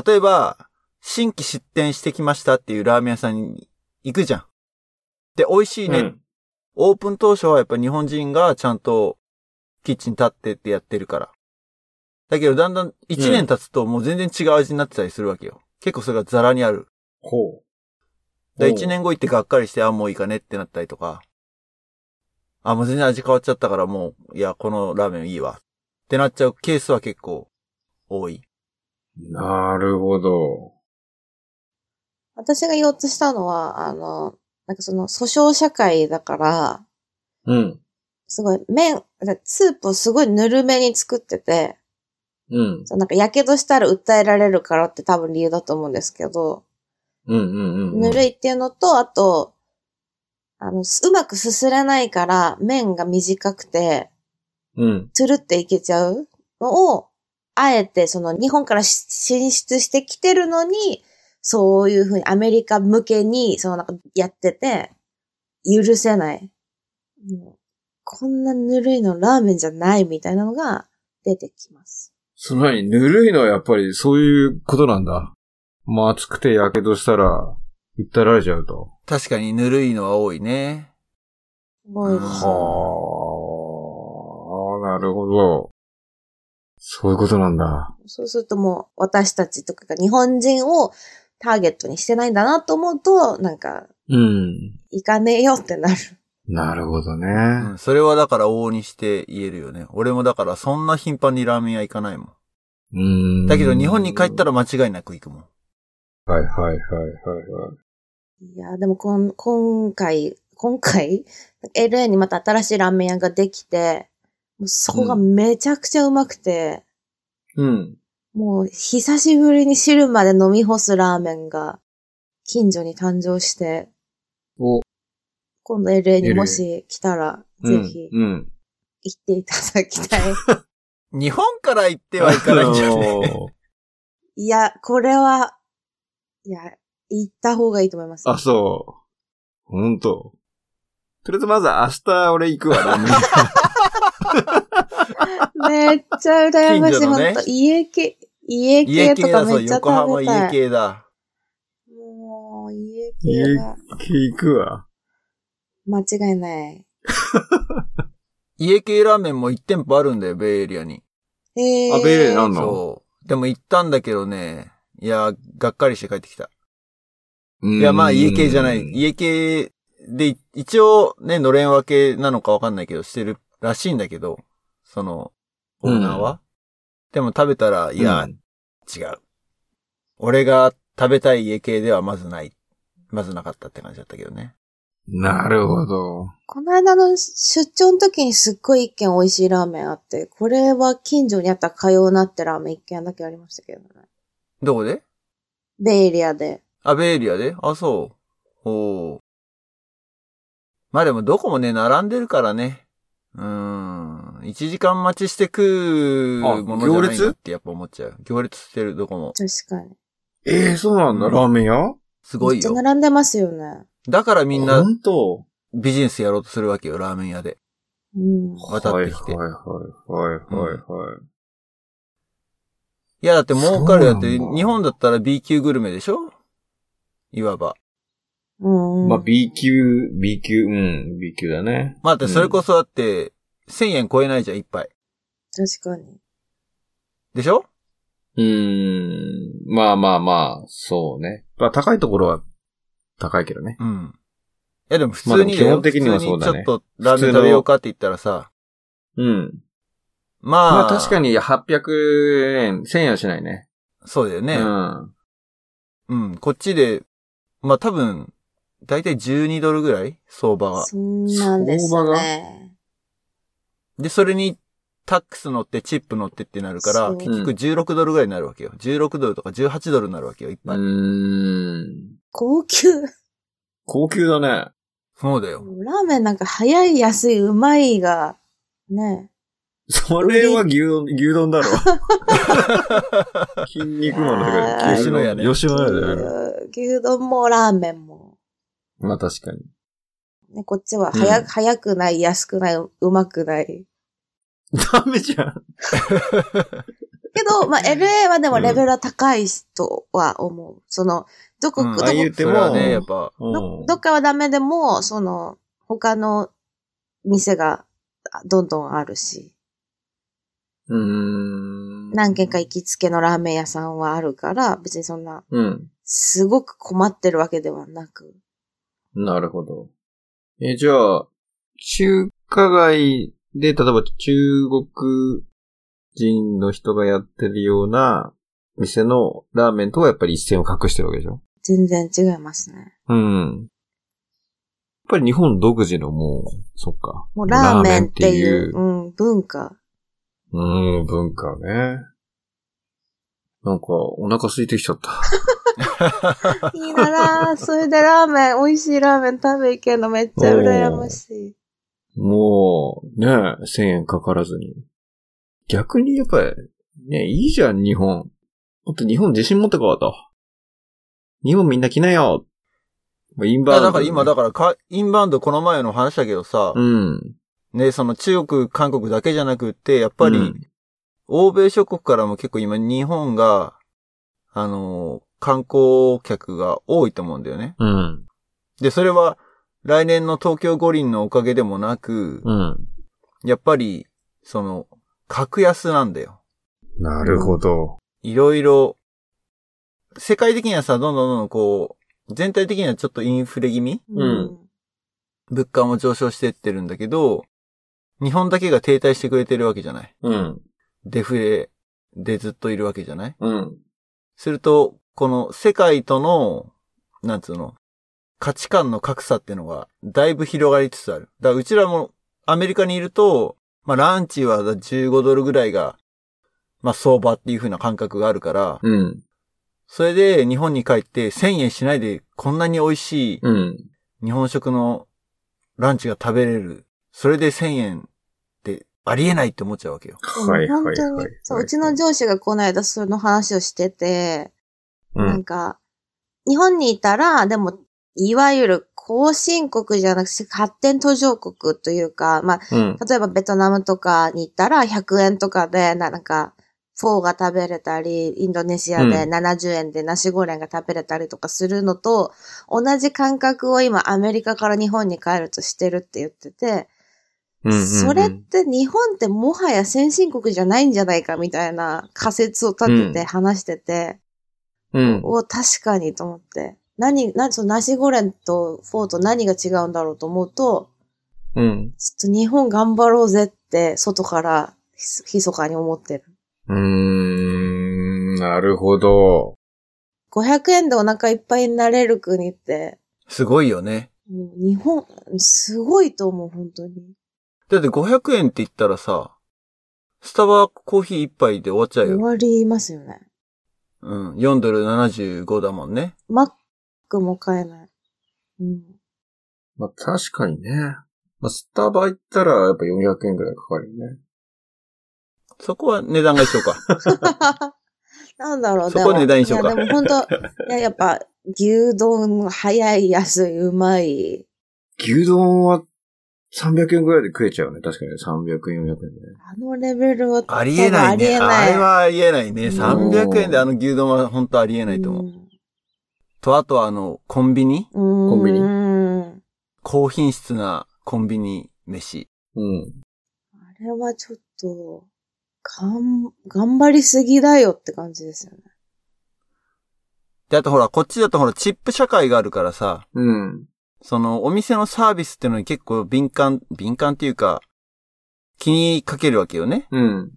A: 例えば、新規出店してきましたっていうラーメン屋さんに行くじゃん。で、美味しいね。
B: うん
A: オープン当初はやっぱ日本人がちゃんとキッチン立ってってやってるから。だけどだんだん1年経つともう全然違う味になってたりするわけよ。結構それがザラにある。
B: ほう。
A: だ1年後行ってがっかりして、あ、もういいかねってなったりとか。あ、もう全然味変わっちゃったからもう、いや、このラーメンいいわ。ってなっちゃうケースは結構多い。
B: なるほど。
C: 私が言おうとしたのは、あの、なんかその訴訟社会だから、
B: うん。
C: すごい麺、スープをすごいぬるめに作ってて、
B: うん。
C: そうなんか火傷したら訴えられるからって多分理由だと思うんですけど、
B: うんうんうんうん。
C: ぬるいっていうのと、あと、あの、すうまくすすれないから麺が短くて、
B: うん。
C: つるっていけちゃうのを、あえてその日本からし進出してきてるのに、そういうふうにアメリカ向けに、そのなんかやってて、許せない。もうこんなぬるいのラーメンじゃないみたいなのが出てきます。
B: その前に、ぬるいのはやっぱりそういうことなんだ。まあ、熱くて火傷したら、訴えられちゃうと。
A: 確かにぬるいのは多いね。
C: すごいで
A: は
C: す。
B: はあ、なるほど。そういうことなんだ。
C: そうするともう私たちとかが日本人をターゲットにしてないんだなと思うと、なんか、
B: うん。
C: 行かねえよってなる。
B: なるほどね。
A: うん、それはだから往々にして言えるよね。俺もだからそんな頻繁にラーメン屋行かないも
B: うん
A: ん。だけど日本に帰ったら間違いなく行くもん。
B: はいはいはいはいはい。
C: いや、でもこん、今回、今回 ?LA にまた新しいラーメン屋ができて、もうそこがめちゃくちゃうまくて、
B: うん。
C: もう久しぶりに汁まで飲み干すラーメンが近所に誕生して、
B: お、
C: 今度 LA にもし来たら、ぜひ
B: うん。
C: 行っていただきたい。
A: 日本から行っては行かないんじゃね
C: いや、これは、いや、行った方がいいと思いま す。
B: あ、そう。ほんと。とりあえずまず明日俺 行くわ、ラーメン
C: めっちゃ羨ましい。
A: 近所の
C: ほ
A: ね
C: んと、家系、家
A: 家
C: 系と
A: 系
C: か
A: だぞ、
C: めっちゃ
A: 横
C: 食
A: 浜
C: べた
A: 家
C: い。
A: 系だ。
C: もう、家系が
B: 行くわ。
C: 間違いない。
A: 家系ラーメンも1店舗あるんだよ、ベイエリアに。
C: ええ
B: あ、ベイエリアにあんの
A: そう。でも行ったんだけどね、いや、がっかりして帰ってきた。
B: い
A: いや、まあ家系じゃない。家系で、一応ね、のれん分けなのかわかんないけど、してるらしいんだけど、その、オーナーは。でも食べたら、いや、違う。俺が食べたい家系ではまずない。まずなかったって感じだったけどね。
B: なるほど。
C: この間の出張の時にすっごい一軒美味しいラーメンあって、これは近所にあったかようなってラーメン一軒だけありましたけどね。
A: どこで
C: ベイエリアで。
A: あ、ベイエリアであ、そう。おー。まあでもどこもね、並んでるからね。うーん。1時間待ちして食うものじゃないなってやっぱ思っちゃう。行列してるどこも。
C: 確かに。
B: ええそうなんだ、ラーメン屋
A: すごい
C: めっちゃ
A: よ。
C: 並んでますよね。
A: だからみんな
B: ほんと
A: ビジネスやろうとするわけよ、ラーメン屋で。
C: うん。
A: 渡ってきて
B: はいはいはいはいはい。はい
A: いや、だって儲かるやって、
B: そうなんだ
A: 日本だったら B 級グルメでしょいわば。
C: うん。
B: まあ B 級、B 級、うん、B 級だね。
A: まあ、だってそれこそだって、1000円超えないじゃん、一杯。
C: 確かに。
A: でしょ
B: うーん。まあまあまあ、そうね。まあ高いところは高いけどね。
A: うん。いや、でも普通にだよ、
B: まあでも基本的にはそうだ
A: 普
B: ね
A: 通にちょっとラーメン食べようかって言ったらさ、
B: うん。
A: まあ、
B: まあ確かに800円、1000円はしないね。
A: そうだよね
B: う。ん。
A: うん、こっちで、まあ多分、だいたい12ドルぐらい相場が。
C: そんなんです
B: 相場が
C: ね。
A: で、それにタックス乗ってチップ乗ってってなるから、
C: そう
A: 結局16ドルぐらいになるわけよ。16ドルとか18ドルになるわけよ、いっぱい。
B: ん。
C: 高級。
B: 高級だね。
A: そうだよ。
C: ラーメンなんか早い、安い、うまいが、ね。
B: それは牛丼、牛丼だろ。筋肉マンの世界。
A: 吉野家ね
B: 吉野家だよ。
C: 牛牛丼もラーメンも。
B: まあ確かに。
C: ね、こっちは早,、
B: うん
C: 早くない、安くない、ううまくない。
B: ダメじゃん。
C: けど、まあ、LA はでもレベルは高いとは思う。その、どこ、
A: うん
C: ど
B: ああいう
C: こ、
A: で
B: でも
A: もね、やっぱ、
B: うん
C: どっかはダメでも、その、他の店があどんどんあるし、
B: うーん。
C: 何軒か行きつけのラーメン屋さんはあるから、別にそんな、
B: うん。
C: すごく困ってるわけではなく。
B: なるほど。え、じゃあ、中華街で、例えば中国人の人がやってるような店のラーメンとはやっぱり一線を隠してるわけでしょ
C: 全然違いますね。
B: うん。やっぱり日本独自のもう、そっか。
C: もうラーメンっていう、うん、文化。
B: うん、文化ね。なんか、お腹空いてきちゃった。
C: いいなら、それでラーメン、美味しいラーメン食べ行けるのめっちゃ羨ましい。
B: もう、ね、1000円かからずに。逆にやっぱり、ね、いいじゃん、日本。もっと日本自信持ってこうと。日本みんな来なよ。もうインバウン
A: あ
B: ド。
A: だから今、だからか、インバウンドこの前の話だけどさ、
B: うん。
A: ね、その中国、韓国だけじゃなくって、やっぱり、
B: うん
A: 欧米諸国からも結構今日本が、あのー観光客が多いと思うんだよね。
B: うん。
A: で、それは、来年の東京五輪のおかげでもなく、
B: うん。
A: やっぱり、その、格安なんだよ。
B: なるほど。
A: いろいろ、世界的にはさ、どんどんどんどんこう、全体的にはちょっとインフレ気味
B: うん
A: 物価も上昇してってるんだけど、日本だけが停滞してくれてるわけじゃない。
B: うん。
A: デフレでずっといるわけじゃない
B: うん。
A: すると、この世界との、なんつうの、価値観の格差っていうのが、だいぶ広がりつつある。だからうちらもアメリカにいると、まあランチは15ドルぐらいが、まあ相場っていう風な感覚があるから、
B: うん。
A: それで日本に帰って1000円しないでこんなに美味しい
B: うん。
A: 日本食のランチが食べれる。それで1000円ってありえないって思っちゃうわけよ。
B: はいはい
C: 本
B: はい
C: 当
B: は
C: に
B: い。。
C: そう、うちの上司がこの間その話をしてて、
B: う
C: なん
B: ん。
C: か、日本にいたら、でも、いわゆる後進国じゃなくて発展途上国というか、まあ、
B: うん。
C: 例えばベトナムとかに行ったら100円とかで、ななんか、フォーが食べれたり、インドネシアで
B: う
C: 70円でナシゴレンが食べれたりとかするのと、同じ感覚を今アメリカから日本に帰るとしてるって言ってて、
B: うんうん
C: それって日本ってもはや先進国じゃないんじゃないかみたいな仮説を立て
B: う
C: て
B: ん
C: 話してて、
B: うん。
C: お、確かにと思って。何、な、そのナシゴレンとフォーと何が違うんだろうと思うと、
B: うん。
C: ちょっと日本頑張ろうぜって、外からひそ、密かに思ってる。
B: うーん。なるほど。
C: 500円でお腹いっぱいになれる国って、
A: すごいよね。
C: もう日本、すごいと思う、本当に。
A: だって500円って言ったらさ、スタバコーヒー一杯で終わっちゃう
C: 終
A: よ。
C: わりますよね。
A: うん。4ドル75だもんね。
C: マックも買えない。うん。
B: まあ確かにね。まあスタバ行ったらやっぱ400円くらいかかるよね。
A: そこは値段が一緒か。
C: なんだろう、
A: そこ値段一緒か
C: いや、でも本当、い や、やっぱ、牛丼、早い、安い、うまい。
B: 牛丼は300円くらいで食えちゃうね。確かに300円、400円でね。
C: あのレベルは、
A: ありえないね。
C: 多分
A: あ
C: ありえない
A: れはありえないね。
C: うん
A: 300円であの牛丼は本当ありえないと思う。と、あとはあの、コンビニ
C: うん。
B: コンビニ
C: うん
A: 高品質なコンビニ飯。
B: うん。
C: あれはちょっと、がん、頑張りすぎだよって感じですよね。
A: で、あとほら、こっちだとほら、チップ社会があるからさ、
B: うん。
A: その、お店のサービスってのに結構敏感、敏感っていうか、気にかけるわけよね。
B: うん。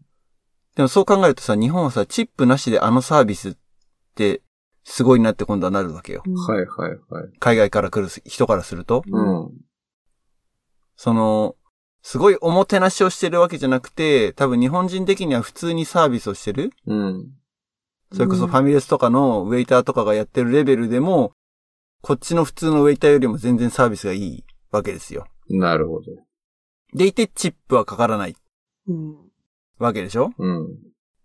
A: でもそう考えるとさ、日本はさ、チップなしであのサービスって、すごいなって今度はなるわけよ。
B: はいはいはい。
A: 海外から来る人からすると。
B: うん。
A: その、すごいおもてなしをしてるわけじゃなくて、多分日本人的には普通にサービスをしてる。
B: うん。
A: それこそファミレスとかのウェイターとかがやってるレベルでも、こっちの普通のウェイターよりも全然サービスがいいわけですよ。
B: なるほど。
A: でいてチップはかからない
C: うん。
A: わけでしょ
B: うん。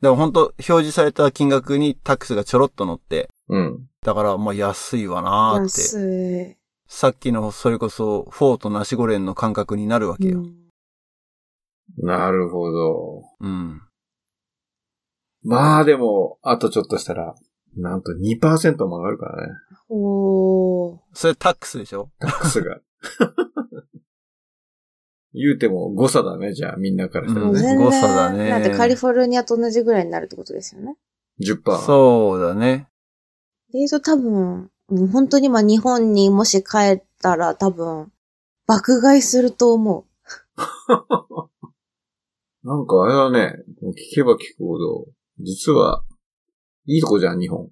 A: だから本当表示された金額にタックスがちょろっと乗って、
B: うん。
A: だからまあ安いわなーって。
C: 安
A: さっきのそれこそフォーとナシゴレンの感覚になるわけ
C: い。
A: よ。
C: ん
B: なるほど。
A: うん。
B: まあでも、あとちょっとしたら、なんと2%も上がるからね。
C: おー。
A: それタックスでしょ
B: タックスが。 言うても誤差だね、じゃあみんなからした
A: う
B: ら
A: ん
C: もう
B: ね。
C: 全
A: 誤
C: 然、
A: 差だね
C: なんてカリフォルニアと同じぐらいになるってことですよね。
B: 10%。
A: そうだね。
C: で、と多分、もう本当にまあ日本にもし帰ったら多分、爆買いすると思う。
B: なんかあれだね、聞けば聞くほど、実は、いいとこじゃん、日本。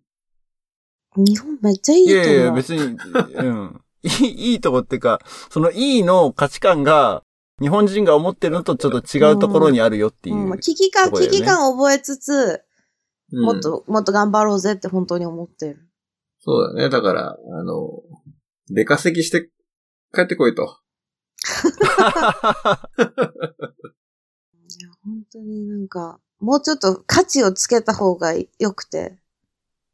C: 日本めっちゃいい
A: い
C: と思う。
A: やいや、別に、うん。 いい、いいとこっていうか、そのいいの価値観が、日本人が思ってるのとちょっと違うところにあるよっていう。
C: うんまあ危機感、
A: とこだ
C: 危
A: よね
C: 機感を覚えつつ、
B: うん
C: もっと、もっと頑張ろうぜって本当に思ってる。
B: そうだね。だから、あの、出稼ぎして帰ってこいと。
C: いや、本当になんか、もうちょっと価値をつけた方が良くて、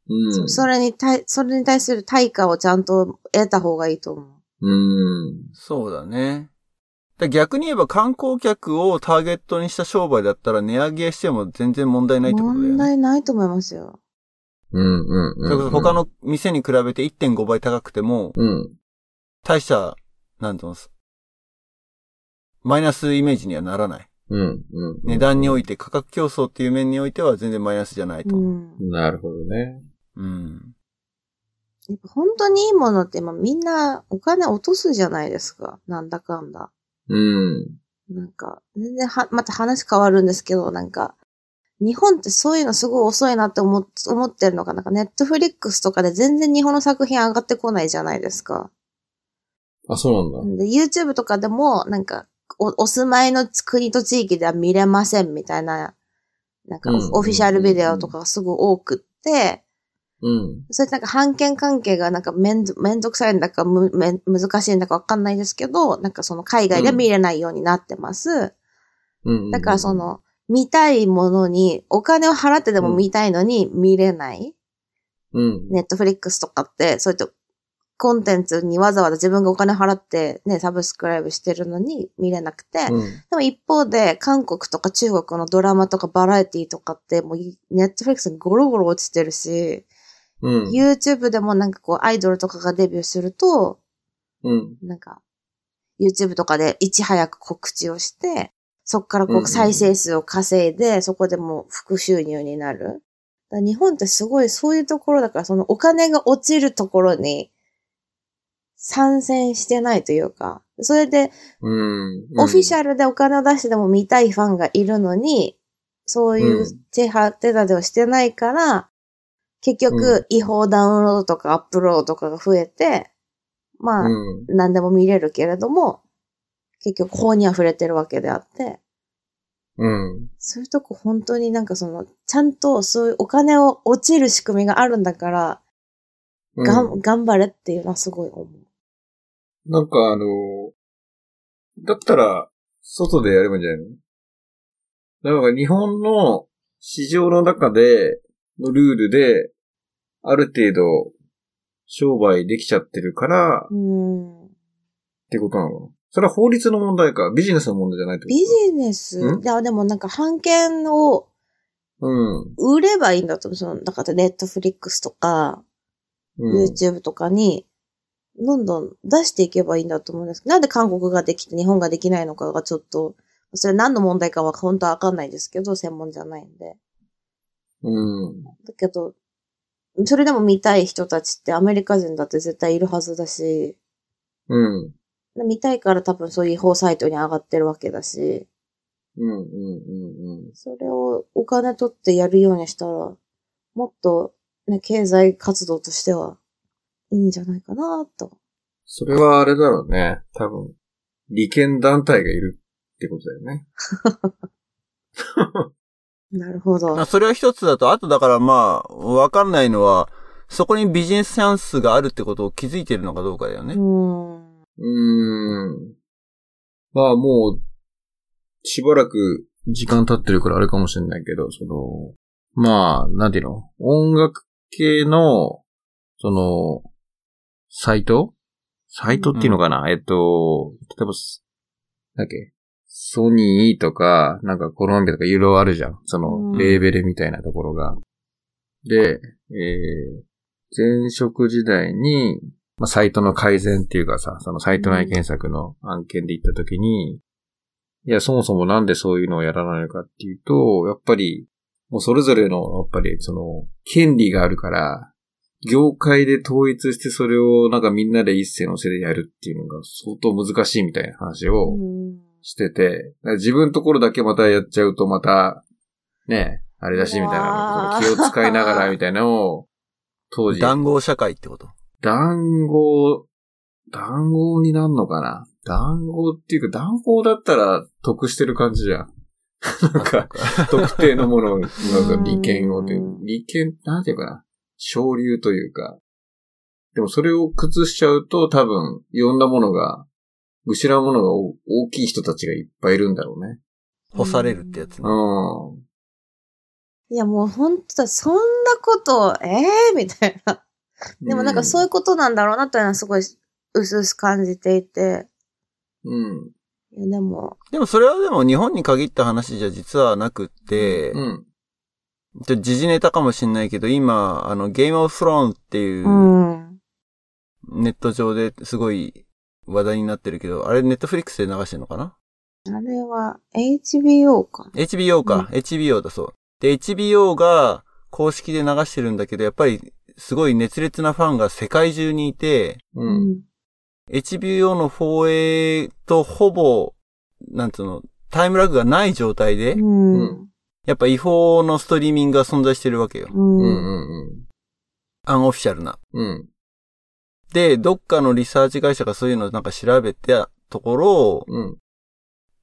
B: うん。
C: それに対、それに対する対価をちゃんと得た方がいいと思う。
B: うん。
A: そうだね。だ逆に言えば観光客をターゲットにした商売だったら値上げしても全然問題ないってことだよ
C: 問
A: ね。
C: 題ないと思いますよ。
B: うんうんう
A: そ
B: ん。
A: れこそ他。の店に比べて1.5倍高くても、
B: うん。
A: 大した、なんていうの、マイナスイメージにはならない。
B: うんうん。
A: 値段において価格競争っていう面においては全然マイナスじゃないと。
C: うん。
B: なるほどね。
A: うん。
C: やっぱ本当にいいものって、まあみんなお金落とすじゃないですか。なんだかんだ。
B: うん。
C: なんか、全然は、また話変わるんですけど、なんか、日本ってそういうのすごい遅いなって思っ思ってるのが、なんかネットフリックスとかで全然日本の作品上がってこないじゃないですか。
B: あ、そうなんだ。
C: で、YouTube とかでも、なんかお、お住まいの国と地域では見れませんみたいな、なんか
B: うんうんうん
C: オフィシャルビデオとかがすごい多くって、
B: うん。
C: それってなんか判権関係がなんかめんどめんどくさいんだかむめん難しいんだかわかんないですけど、なんかその海外では見れないようになってます。
B: うん。
C: だからそ、の、見たいものに、お金を払ってでも見たいのに見れない。
B: うん。
C: ネットフリックスとかって、そういったコンテンツにわざわざ自分がお金払ってね、サブスクライブしてるのに見れなくて。
B: うん。
C: でも一方で、韓国とか中国のドラマとかバラエティとかって、もういネットフリックスにゴロゴロ落ちてるし、
B: うん。
C: YouTube でもなんかこうアイドルとかがデビューすると、
B: うん。
C: なんか、YouTube とかでいち早く告知をして、そこからこ
B: うんうん
C: う再生数を稼いで、そこでもう副収入になる。だから日本ってすごいそういうところだから、そのお金が落ちるところに参戦してないというか、それで
B: うん。
C: オフィシ
B: ャ
C: ャルでお金を出してでも見たいファンがいるのに、そうい
B: う
C: う
B: ん
C: 手は手立てをしてないから、結局違法ダウンロードとかアップロードとかが増えて、まあ、
B: うん。
C: 何でも見れるけれども、結局法に溢れてるわけであって、
B: うん。
C: そういうとこ本当になんかその、ちゃんとそういうお金を落ちる仕組みがあるんだから、
B: うん。
C: がん、頑張れっていうのはすごい思う。
B: なんかあの、だったら、外でやればいいんじゃないのなんか日本の市場の中で、のルールで、ある程度、商売できちゃってるから、っ
C: うん。
B: てことなのそれは法律の問題か、ビジネスの問題じゃないってこと
C: ビジネス、
B: うん
C: いやでもなんか版権を
B: うん。
C: 売ればいいんだと思う。その、だからネットフリックスとか、
B: うん。
C: YouTube とかに、どんどん出していけばいいんだと思うんですけど、なんで韓国ができて日本ができないのかがちょっと、それ何の問題かは本当はわかんないですけど、専門じゃないんで。
B: うん。
C: だけど、それでも見たい人たちってアメリカ人だって絶対いるはずだし、
B: うん。
C: 見たいから多分そういう違法サイトに上がってるわけだし、
B: うん。うん。うん。うん。
C: それをお金取ってやるようにしたら、もっと、ね、経済活動としてはいいんじゃないかなと。
B: それはあれだろうね。多分、利権団体がいるっってことだよね。
C: なるほど。
A: まあそれは一つだと、あとだからまあ、わかんないのは、そこにビジネスチャンスがあるってことを気づいてるのかどうかだよね。
C: うん。
B: うーん。まあもう、しばらく時間経ってるからあれかもしれないけど、その、まあ、なんていうの音楽系の、その、サイトサイトっていうのかな、えっと、例えば、すなんだっけソニーとか、なんかコロンビアとかいろいろあるじゃん。そ
C: うん
B: の、レーベルみたいなところが。で、えー、前職時代に、まあ、サイトの改善っていうかさ、そのサイト内検索の案件で行った時に、いや、そもそもなんでそういうのをやらないのかっていうと、やっぱり、もうそれぞれの、やっぱり、その、権利があるから、業界で統一してそれをなんかみんなで一斉のせでやるっていうのが相当難しいみたいな話を、
C: うん
B: してて、自分のところだけまたやっちゃうとまた、ね、あれだしみたいうな
C: わ、ー
B: 気を使いながらみたいなの を、当時、
A: 談合社会ってこと。
B: 団子、団子になんのかな団子っていうか、団子だったら得してる感じじゃん。 なんか、特定のものを、なんか利権をね
C: うん
B: 利権、なんていうかな、昇流というか。でもそれを崩しちゃうと多分、いろんなものが、失うものが大大きい人たちがいっぱいいるんだろうね。
A: 干されるってやつね。
B: うん。
C: いや、もう本当だ、そんなこと、ええみたいな。でもなんかそういうことなんだろうなっていうのはすごい、うすうす感じていて。
B: うん。
C: いや、でも、。
A: でもそれはでも日本に限った話じゃ実はなくって、
B: うん。
A: ちょ時事ネタかもしんないけど、今、あの、ゲームオフスローンっていううんネット上ですごい話題になってるけど、あれネットフリックスで流してるのかな
C: あれは HBO か。
A: ?HBO か、HBO だそう。で、HBO が公式で流してるんだけど、やっぱりすごい熱烈なファンが世界中にいて、
B: う。。
C: うん
A: HBO の放映とほぼ、なんつうの、タイムラグがない状態で、
C: うん。
A: やっぱ違法のストリーミングが存在してるわけよ。
B: うん。う
C: うん。
B: ん。
A: アンオフィシャルな。
B: うん。
A: で、どっかのリサーチ会社がそういうのをなんか調べたところ、
B: うん。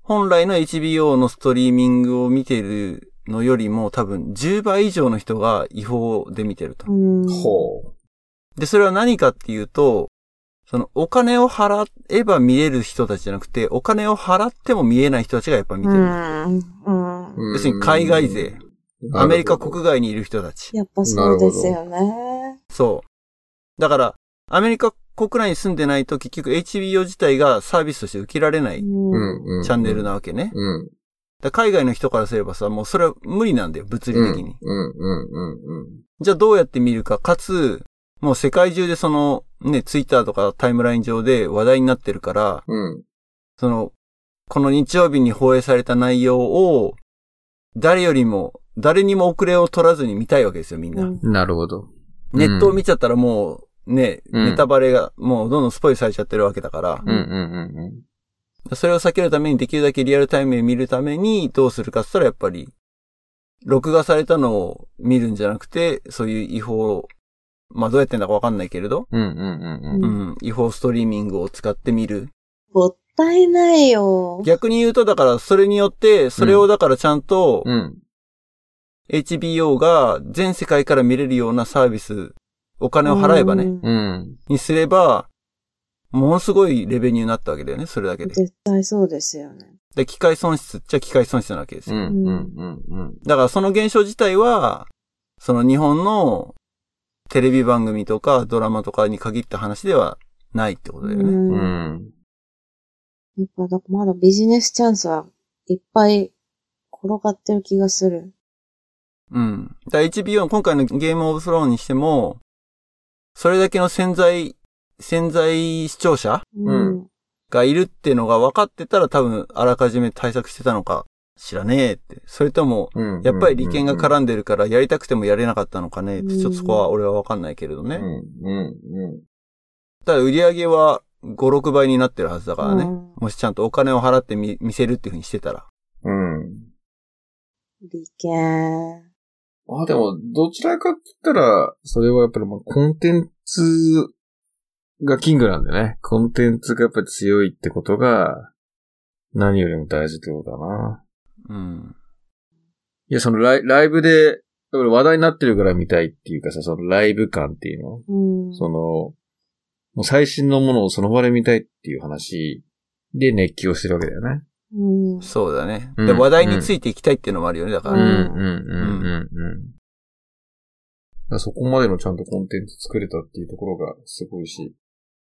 A: 本来の HBO のストリーミングを見てるのよりも多分10倍以上の人が違法で見てると。
C: うん。
B: ほ
A: で、それは何かっていうと、そのお金を払えば見れる人たちじゃなくて、お金を払っても見えない人たちがやっぱ見て
C: う
A: る。
C: ん。う
B: う。
C: ん。
A: 要するに海外勢
B: うん。
A: アメリカ国外にいる人たち。
C: やっぱそうですよね。
A: そう。だから、アメリカ国内に住んでないと結局 HBO 自体がサービスとして受けられな
C: う。
A: いチ
B: うんん。うん。
A: ャンネル。なわけね。
B: うん。
A: だから海外の人からすればさ、もうそれは無理なんだよ、物理的に。
B: うん。うん。うん。うん。
A: じゃあどうやって見るか、かつ、もう世界中でその、ね、ツイッターとかタイムライン上で話題になってるから、
B: うん。
A: その、この日曜日に放映された内容を、誰よりも、誰にも遅れを取らずに見たいわけですよ、みんな。
C: うん
B: なるほど。
A: ネットを見ちゃったらもう、ね、
B: うん
A: ネタバレが、もうどんどんスポイルされちゃってるわけだから、
B: うん。うん。うん。
A: それを避けるためにできるだけリアルタイムで見るためにどうするかって言ったらやっぱり、録画されたのを見るんじゃなくて、そういう違法、まあどうやってんだかわかんないけれど、
B: うん。うん。うん。
A: う
C: うん
A: ん、違法ストリーミングを使ってみる。
C: もったいないよ。
A: 逆に言うとだからそれによって、それをだからちゃんと
B: うん。
A: HBO が全世界から見れるようなサービス、お金を払えばね、
C: うん
B: うん。
A: にすれば、ものすごいレベニューになったわけだよね、それだけで。
C: 絶対そうですよね。
A: で、機械損失っちゃ機械損失なわけですよ
B: うん。うん。うん。
A: だからその現象自体は、その日本のテレビ番組とかドラマとかに限った話ではないってことだよね。
B: う
C: うん。
B: ん。
C: やっぱ、だまだビジネスチャンスはいっぱい転がってる気がする。
A: うん。だから HBO の今回のゲームオブスローンにしても、それだけの潜在、潜在視聴者
B: うん。
A: がいるってのが分かってたら多分あらかじめ対策してたのか知らねえって。それとも、
B: うん。
A: やっぱり利権が絡んでるからやりたくてもやれなかったのかねって、ちょっとそこは俺は分かんないけれどね。
B: うん。うん。
A: ただ売り上げは5、6倍になってるはずだからね。
C: うん
A: もしちゃんとお金を払ってみ見せるっていうふうにしてたら。
B: うん。うん。
C: 利権。
B: まあでも、どちらかって言ったら、それはやっぱりまあコンテンツがキングなんでね。コンテンツがやっぱり強いってことが、何よりも大事ってことだな。
A: うん。
B: いや、そのライライブで、だから話題になってるから見たいっていうかさ、そのライブ感っていうの
C: うん。
B: その、もう最新のものをその場で見たいっていう話で熱狂してるわけだよね。
C: うん。
A: そうだね。
B: うん
A: で、話題についていきたいっていうのもあるよね、だか
B: う
A: ら。
B: ん、
C: う
B: うんん、うん、うん、うん。だからそこまでのちゃんとコンテンツ作れたっていうところがすごいし。だか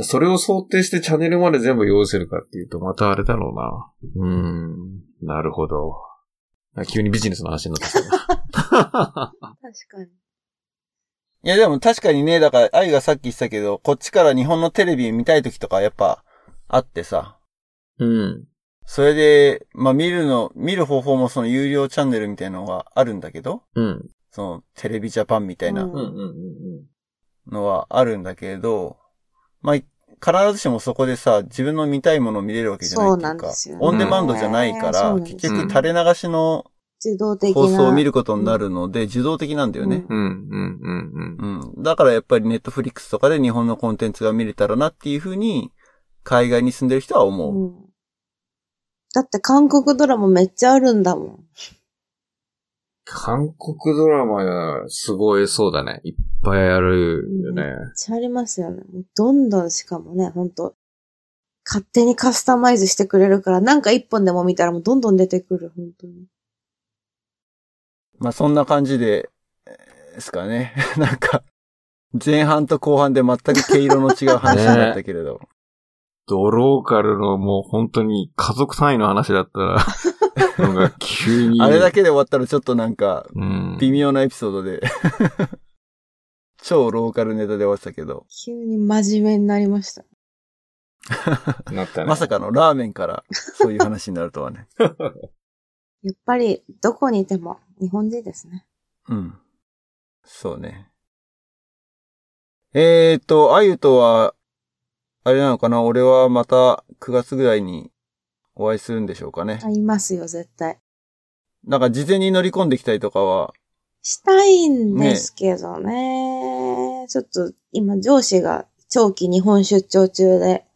B: らそれを想定してチャンネルまで全部用意するかっていうと、またあれだろうな。うーん、なるほど。あ急にビジネスの話になってきた。
C: 確かに。
A: いや、でも確かにね、だから、愛がさっき言ってたけど、こっちから日本のテレビ見たい時とかやっぱあってさ、
B: うん。
A: それで、まあ見るの、見る方法もその有料チャンネルみたいなのがあるんだけど、
B: うん。
A: そのテレビジャパンみたいな
B: うん、うん、うん
A: のはあるんだけど、まあ、必ずしもそこでさ、自分の見たいものを見れるわけじゃないって
C: そうない
A: うんか、
C: ですよね
A: オンデマンドじゃないか
C: そう
A: ら、
C: なんです
A: 結局垂れ流しの
C: 自動的な。
A: 放送を見ることになるので、自動的なんだよね。
C: うん。
B: うん、うん、うん、うん。
A: うん。だからやっぱりネットフリックスとかで日本のコンテンツが見れたらなっていうふうに、海外に住んでる人は思う。
C: うんだって韓国ドラマめっちゃあるんだもん。
B: 韓国ドラマ、すごいそうだね。いっぱいあるよね。
C: めっちゃありますよね。もうどんどんしかもね、ほんと。勝手にカスタマイズしてくれるから、なんか一本でも見たらもうどんどん出てくる、本当に。
A: まあそんな感じで、えーですかね。 なんか、前半と後半で全く毛色の違う話になったけれど。
B: ドローカルのもう本当に家族単位の話だった ら、なんか急に。
A: あれだけで終わったらちょっとなんか、
B: うん。
A: 微妙なエピソードで。 超ローカルネタで終わってたけど、
C: 急に真面目になりました。
B: なったね。
A: まさかのラーメンからそういう話になるとはね。
C: やっぱり、どこにいても日本人ですね。
A: うん。そうね。えーと、あゆとは、あれなのかな俺はまた9月ぐらいにお会いするんでしょうかね。
C: あいますよ、絶対。
A: なんか事前に乗り込んできたりとかは、
C: したいんですけどね。ちょっと今上司が長期日本出張中で、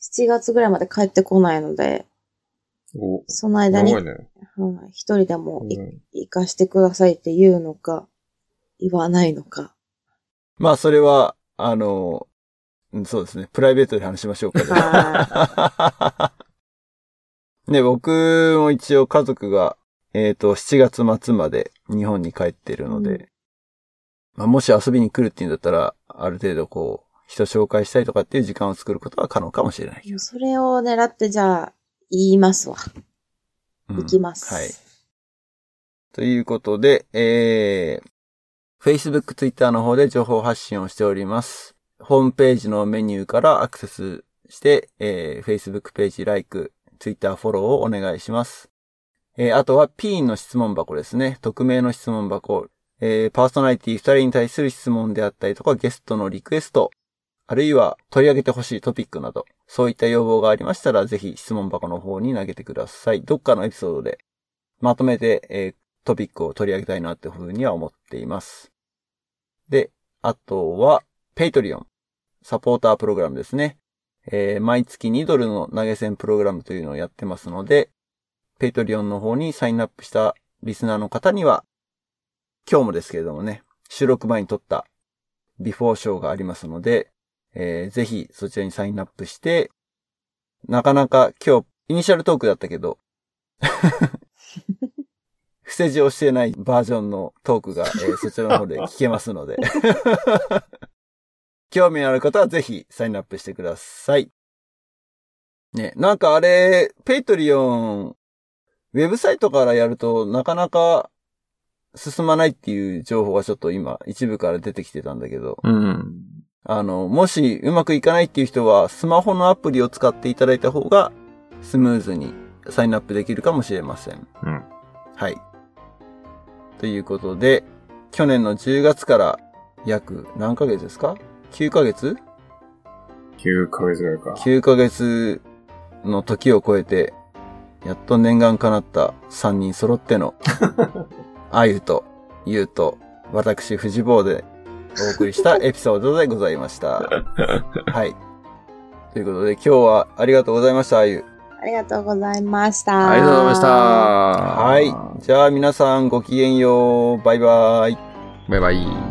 C: 7月ぐらいまで帰ってこないので、
B: お、
C: その間
B: や
C: に、
B: ば
C: はい
B: ね。
C: い一人でもい
B: うん
C: 行かしてくださいって言うのか、言わないのか。
A: まあそれは、あの、うんそうですね、プライベートで話しましょう か、ね。
C: は
A: ね、僕も一応家族が、えっ、と、7月末まで日本に帰ってるので、
C: うん
A: まあ、もし遊びに来るっていうんだったら、ある程度こう、人紹介したりとかっていう時間を作ることは可能かもしれないけ
C: い
A: ど。
C: それを狙ってじゃあ、言いますわ。
A: うん
C: 行きます。
A: はい。ということで、えー、Facebook、Twitter の方で情報発信をしております。ホームページのメニューからアクセスして、えー、Facebook ページ、Like、Twitter フォローをお願いします。えー、あとは P の質問箱ですね。匿名の質問箱。えー、パーソナリティ2人に対する質問であったりとか、ゲストのリクエスト、あるいは取り上げてほしいトピックなど、そういった要望がありましたら、ぜひ質問箱の方に投げてください。どっかのエピソードでまとめて、えートピックを取り上げたいなっていうふうには思っています。で、あとは、ペイトリオン。サポータープログラムですね。えー毎月2ドルの投げ銭プログラムというのをやってますので、ペイトリオンの方にサインアップしたリスナーの方には、今日もですけれどもね、収録前に撮ったビフォーショーがありますので、えーぜひそちらにサインアップして、なかなか今日、イニシャルトークだったけど、伏せ字をしてないバージョンのトークが、えーそちらの方で聞けますので、 興味のある方はぜひサインアップしてください。ね、なんかあれ、ペイトリオン、ウェブサイトからやるとなかなか進まないっていう情報がちょっと今一部から出てきてたんだけど、
B: うん。
A: あの、もしうまくいかないっていう人は、スマホのアプリを使っていただいた方が、スムーズにサインアップできるかもしれません。
B: うん。
A: はい。ということで、去年の10月から約何ヶ月ですか ?9 ヶ月
B: 9ヶ月ぐらいか。
A: ?9 ヶ月の時を超えて、やっと念願叶った3人揃っての、あゆと、ゆうと、私、藤坊でお送りしたエピソードでございました。はい。ということで、今日はありがとうございました、あゆ。
C: ありがとうございました。
B: ありがとうございました。
A: はい。じゃあ皆さんごきげんよう。バイバイ。
B: バイバイ。